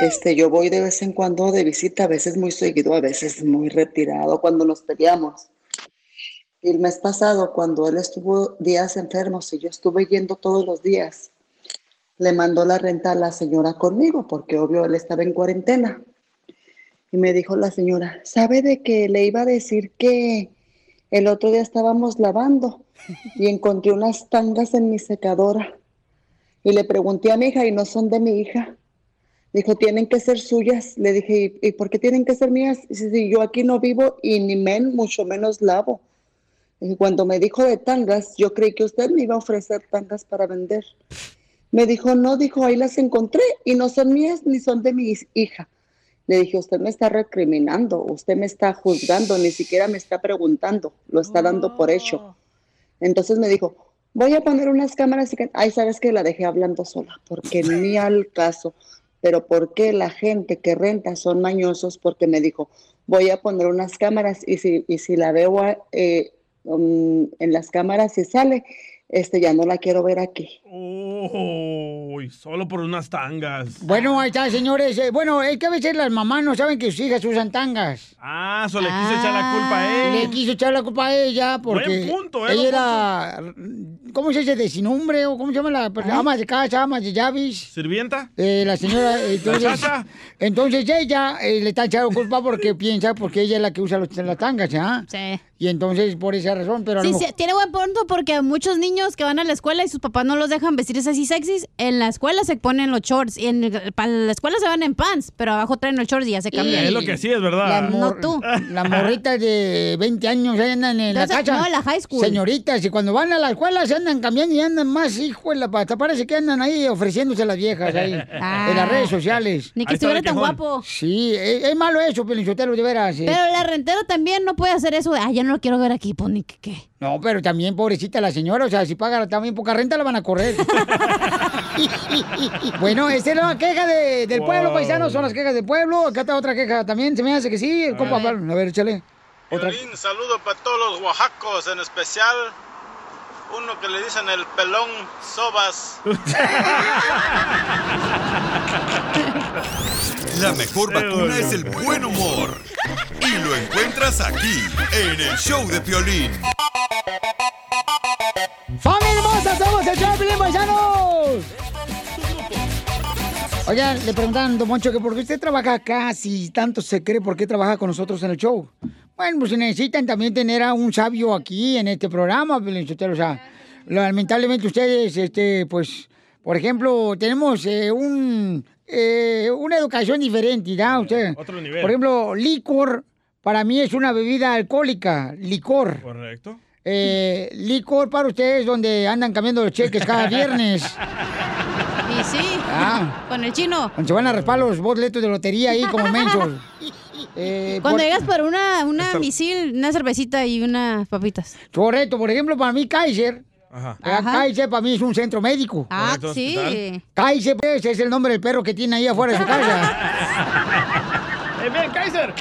Speaker 21: este, yo voy de vez en cuando de visita, a veces muy seguido, a veces muy retirado, cuando nos peleamos. Y el mes pasado, cuando él estuvo días enfermos y yo estuve yendo todos los días, le mandó la renta a la señora conmigo, porque obvio él estaba en cuarentena. Y me dijo la señora, ¿sabe de que le iba a decir que el otro día estábamos lavando y encontré unas tangas en mi secadora? Y le pregunté a mi hija y no son de mi hija. Dijo, tienen que ser suyas. Le dije, ¿y, y por qué tienen que ser mías? Dice, "Sí, yo aquí no vivo y ni men, mucho menos lavo. Y cuando me dijo de tangas, yo creí que usted me iba a ofrecer tangas para vender. Me dijo, no, dijo, ahí las encontré y no son mías ni son de mi his- hija. Le dije, usted me está recriminando, usted me está juzgando, ni siquiera me está preguntando, lo está dando por hecho. Entonces me dijo, voy a poner unas cámaras y que... Ay, sabes que la dejé hablando sola, porque ni al caso. Pero ¿por qué la gente que renta son mañosos? Porque me dijo, voy a poner unas cámaras y si, y si la veo a- eh, um, en las cámaras y sale, este ya no la quiero ver aquí.
Speaker 5: Uy, solo por unas tangas.
Speaker 2: Bueno, ahí está, señores. Eh, Bueno, es que a veces las mamás no saben que sus hijas usan tangas.
Speaker 5: Ah, solo le quise echar la culpa a él.
Speaker 2: Ah, Le quiso echar la culpa a ella porque
Speaker 5: Buen punto, ¿eh?
Speaker 2: ella
Speaker 5: Buen
Speaker 2: era, ¿cómo se dice? De sinumbre o cómo se llama la persona? ama de casa, ama de llaves.
Speaker 5: ¿Sirvienta?
Speaker 2: Eh, la señora, eh, entonces,
Speaker 5: chacha?
Speaker 2: entonces ella eh, le está echando culpa porque piensa, porque ella es la que usa los- las tangas, ¿ya?
Speaker 6: Sí.
Speaker 2: Y entonces por esa razón, pero a
Speaker 6: Sí,
Speaker 2: lo
Speaker 6: sí,
Speaker 2: mejor-
Speaker 6: tiene buen punto porque muchos niños que van a la escuela y sus papás no los dejan vestirse así sexys, en la escuela se ponen los shorts y en para la escuela se van en pants, pero abajo traen los shorts y ya se cambian.
Speaker 5: Es lo que sí es verdad.
Speaker 2: La mor- La morrita de 20 años ahí andan en la
Speaker 6: Entonces,
Speaker 2: casa.
Speaker 6: no, la high school.
Speaker 2: Señoritas, y cuando van a la escuela se andan cambiando y andan más, hijo de la pata. Parece que andan ahí ofreciéndose a las viejas ahí
Speaker 6: Ah.
Speaker 2: en las redes sociales.
Speaker 6: Ni que Ahí está el estuviera tan quejón. guapo.
Speaker 2: Sí, e, es, es malo eso, Pelinchotelo, de veras. eh.
Speaker 6: Pero la rentera también no puede hacer eso de, ah, ya no lo quiero ver aquí, pues ni que qué.
Speaker 2: No, pero también pobrecita la señora, o sea, si paga también poca renta la van a correr. bueno, esta es la queja de- del pueblo,
Speaker 5: Wow.
Speaker 2: paisanos, son las quejas del pueblo. Acá está otra queja también, se me hace que sí, el compa Pablo. A ver, échale. Otra.
Speaker 22: Piolín, saludo para todos los oaxacos, en especial uno que le dicen el pelón sobas.
Speaker 7: La mejor vacuna es el buen humor. Y lo encuentras aquí, en el show de Piolín.
Speaker 2: ¡Familia hermosa! ¡Somos el Chaplin Paisanos! Oigan, le preguntan, Don Moncho, que por qué usted trabaja acá, si tanto se cree, ¿por qué trabaja con nosotros en el show? Bueno, pues necesitan también tener a un sabio aquí en este programa, Piolín Sotelo, o sea, lamentablemente ustedes, este, pues, por ejemplo, tenemos eh, un, eh, una educación diferente, ¿ya? Usted,
Speaker 5: Eh, otro nivel.
Speaker 2: Por ejemplo, licor, para mí es una bebida alcohólica, licor.
Speaker 5: Correcto.
Speaker 2: Eh, licor para ustedes donde andan cambiando los cheques cada viernes.
Speaker 6: Y sí,
Speaker 2: Ah.
Speaker 6: con el chino.
Speaker 2: Cuando se van a raspar los boletos de lotería ahí como mensos. Eh,
Speaker 6: Cuando
Speaker 2: por-
Speaker 6: llegas por una, una
Speaker 2: Esta-
Speaker 6: misil, una cervecita y unas papitas.
Speaker 2: Correcto, por ejemplo, para mí Kaiser.
Speaker 5: Ajá.
Speaker 2: eh, Kaiser para mí es un centro médico.
Speaker 6: Ah, Correcto, sí. hospital.
Speaker 2: Kaiser pues, es el nombre del perro que tiene ahí afuera de su casa.
Speaker 5: ¡Eh, bien, Kaiser!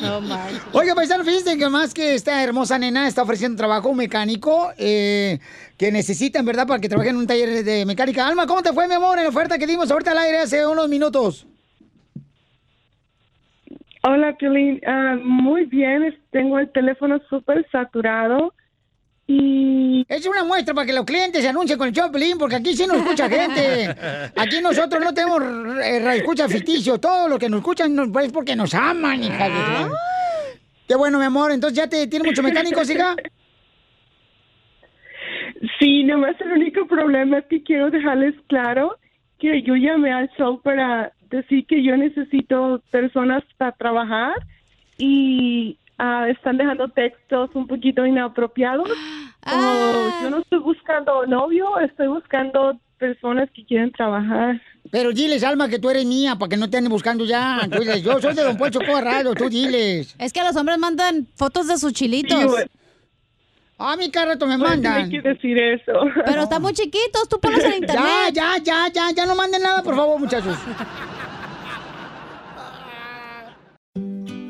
Speaker 6: No manches.
Speaker 2: Oiga, paisano, fíjense que más que esta hermosa nena está ofreciendo trabajo a un mecánico eh, que necesitan, ¿verdad?, para que trabaje en un taller de mecánica. Alma, ¿cómo te fue, mi amor, en la oferta que dimos ahorita al aire hace unos minutos?
Speaker 21: Hola,
Speaker 14: Piolín. Ah, muy bien, es- tengo el teléfono súper saturado y...
Speaker 2: Es una muestra para que los clientes se anuncien con el Choplin, porque aquí sí nos escucha gente. Aquí nosotros no tenemos eh, radioescucha ficticio. Todo lo que nos escuchan nos- es porque nos aman, hija de su- Qué bueno, mi amor. Entonces, ¿ya te tiene muchos mecánicos, hija?
Speaker 14: Sí, nomás el único problema es que quiero dejarles claro que yo llamé al show para decir que yo necesito personas para trabajar y ah, están dejando textos un poquito inapropiados. Como yo no estoy buscando novio, estoy buscando personas que quieren trabajar.
Speaker 2: Pero diles, Alma, que tú eres mía, para que no te anden buscando ya. Tú diles, yo soy de Don Poncho Corrado, tú diles.
Speaker 6: Es que los hombres mandan fotos de sus chilitos.
Speaker 2: Sí, bueno. A Ah, mi cada rato me
Speaker 6: Pues,
Speaker 2: mandan.
Speaker 6: hay
Speaker 14: que decir eso.
Speaker 6: Pero están muy chiquitos, tú ponlos en internet.
Speaker 2: Ya, ya, ya, ya, ya no manden nada, por favor, muchachos.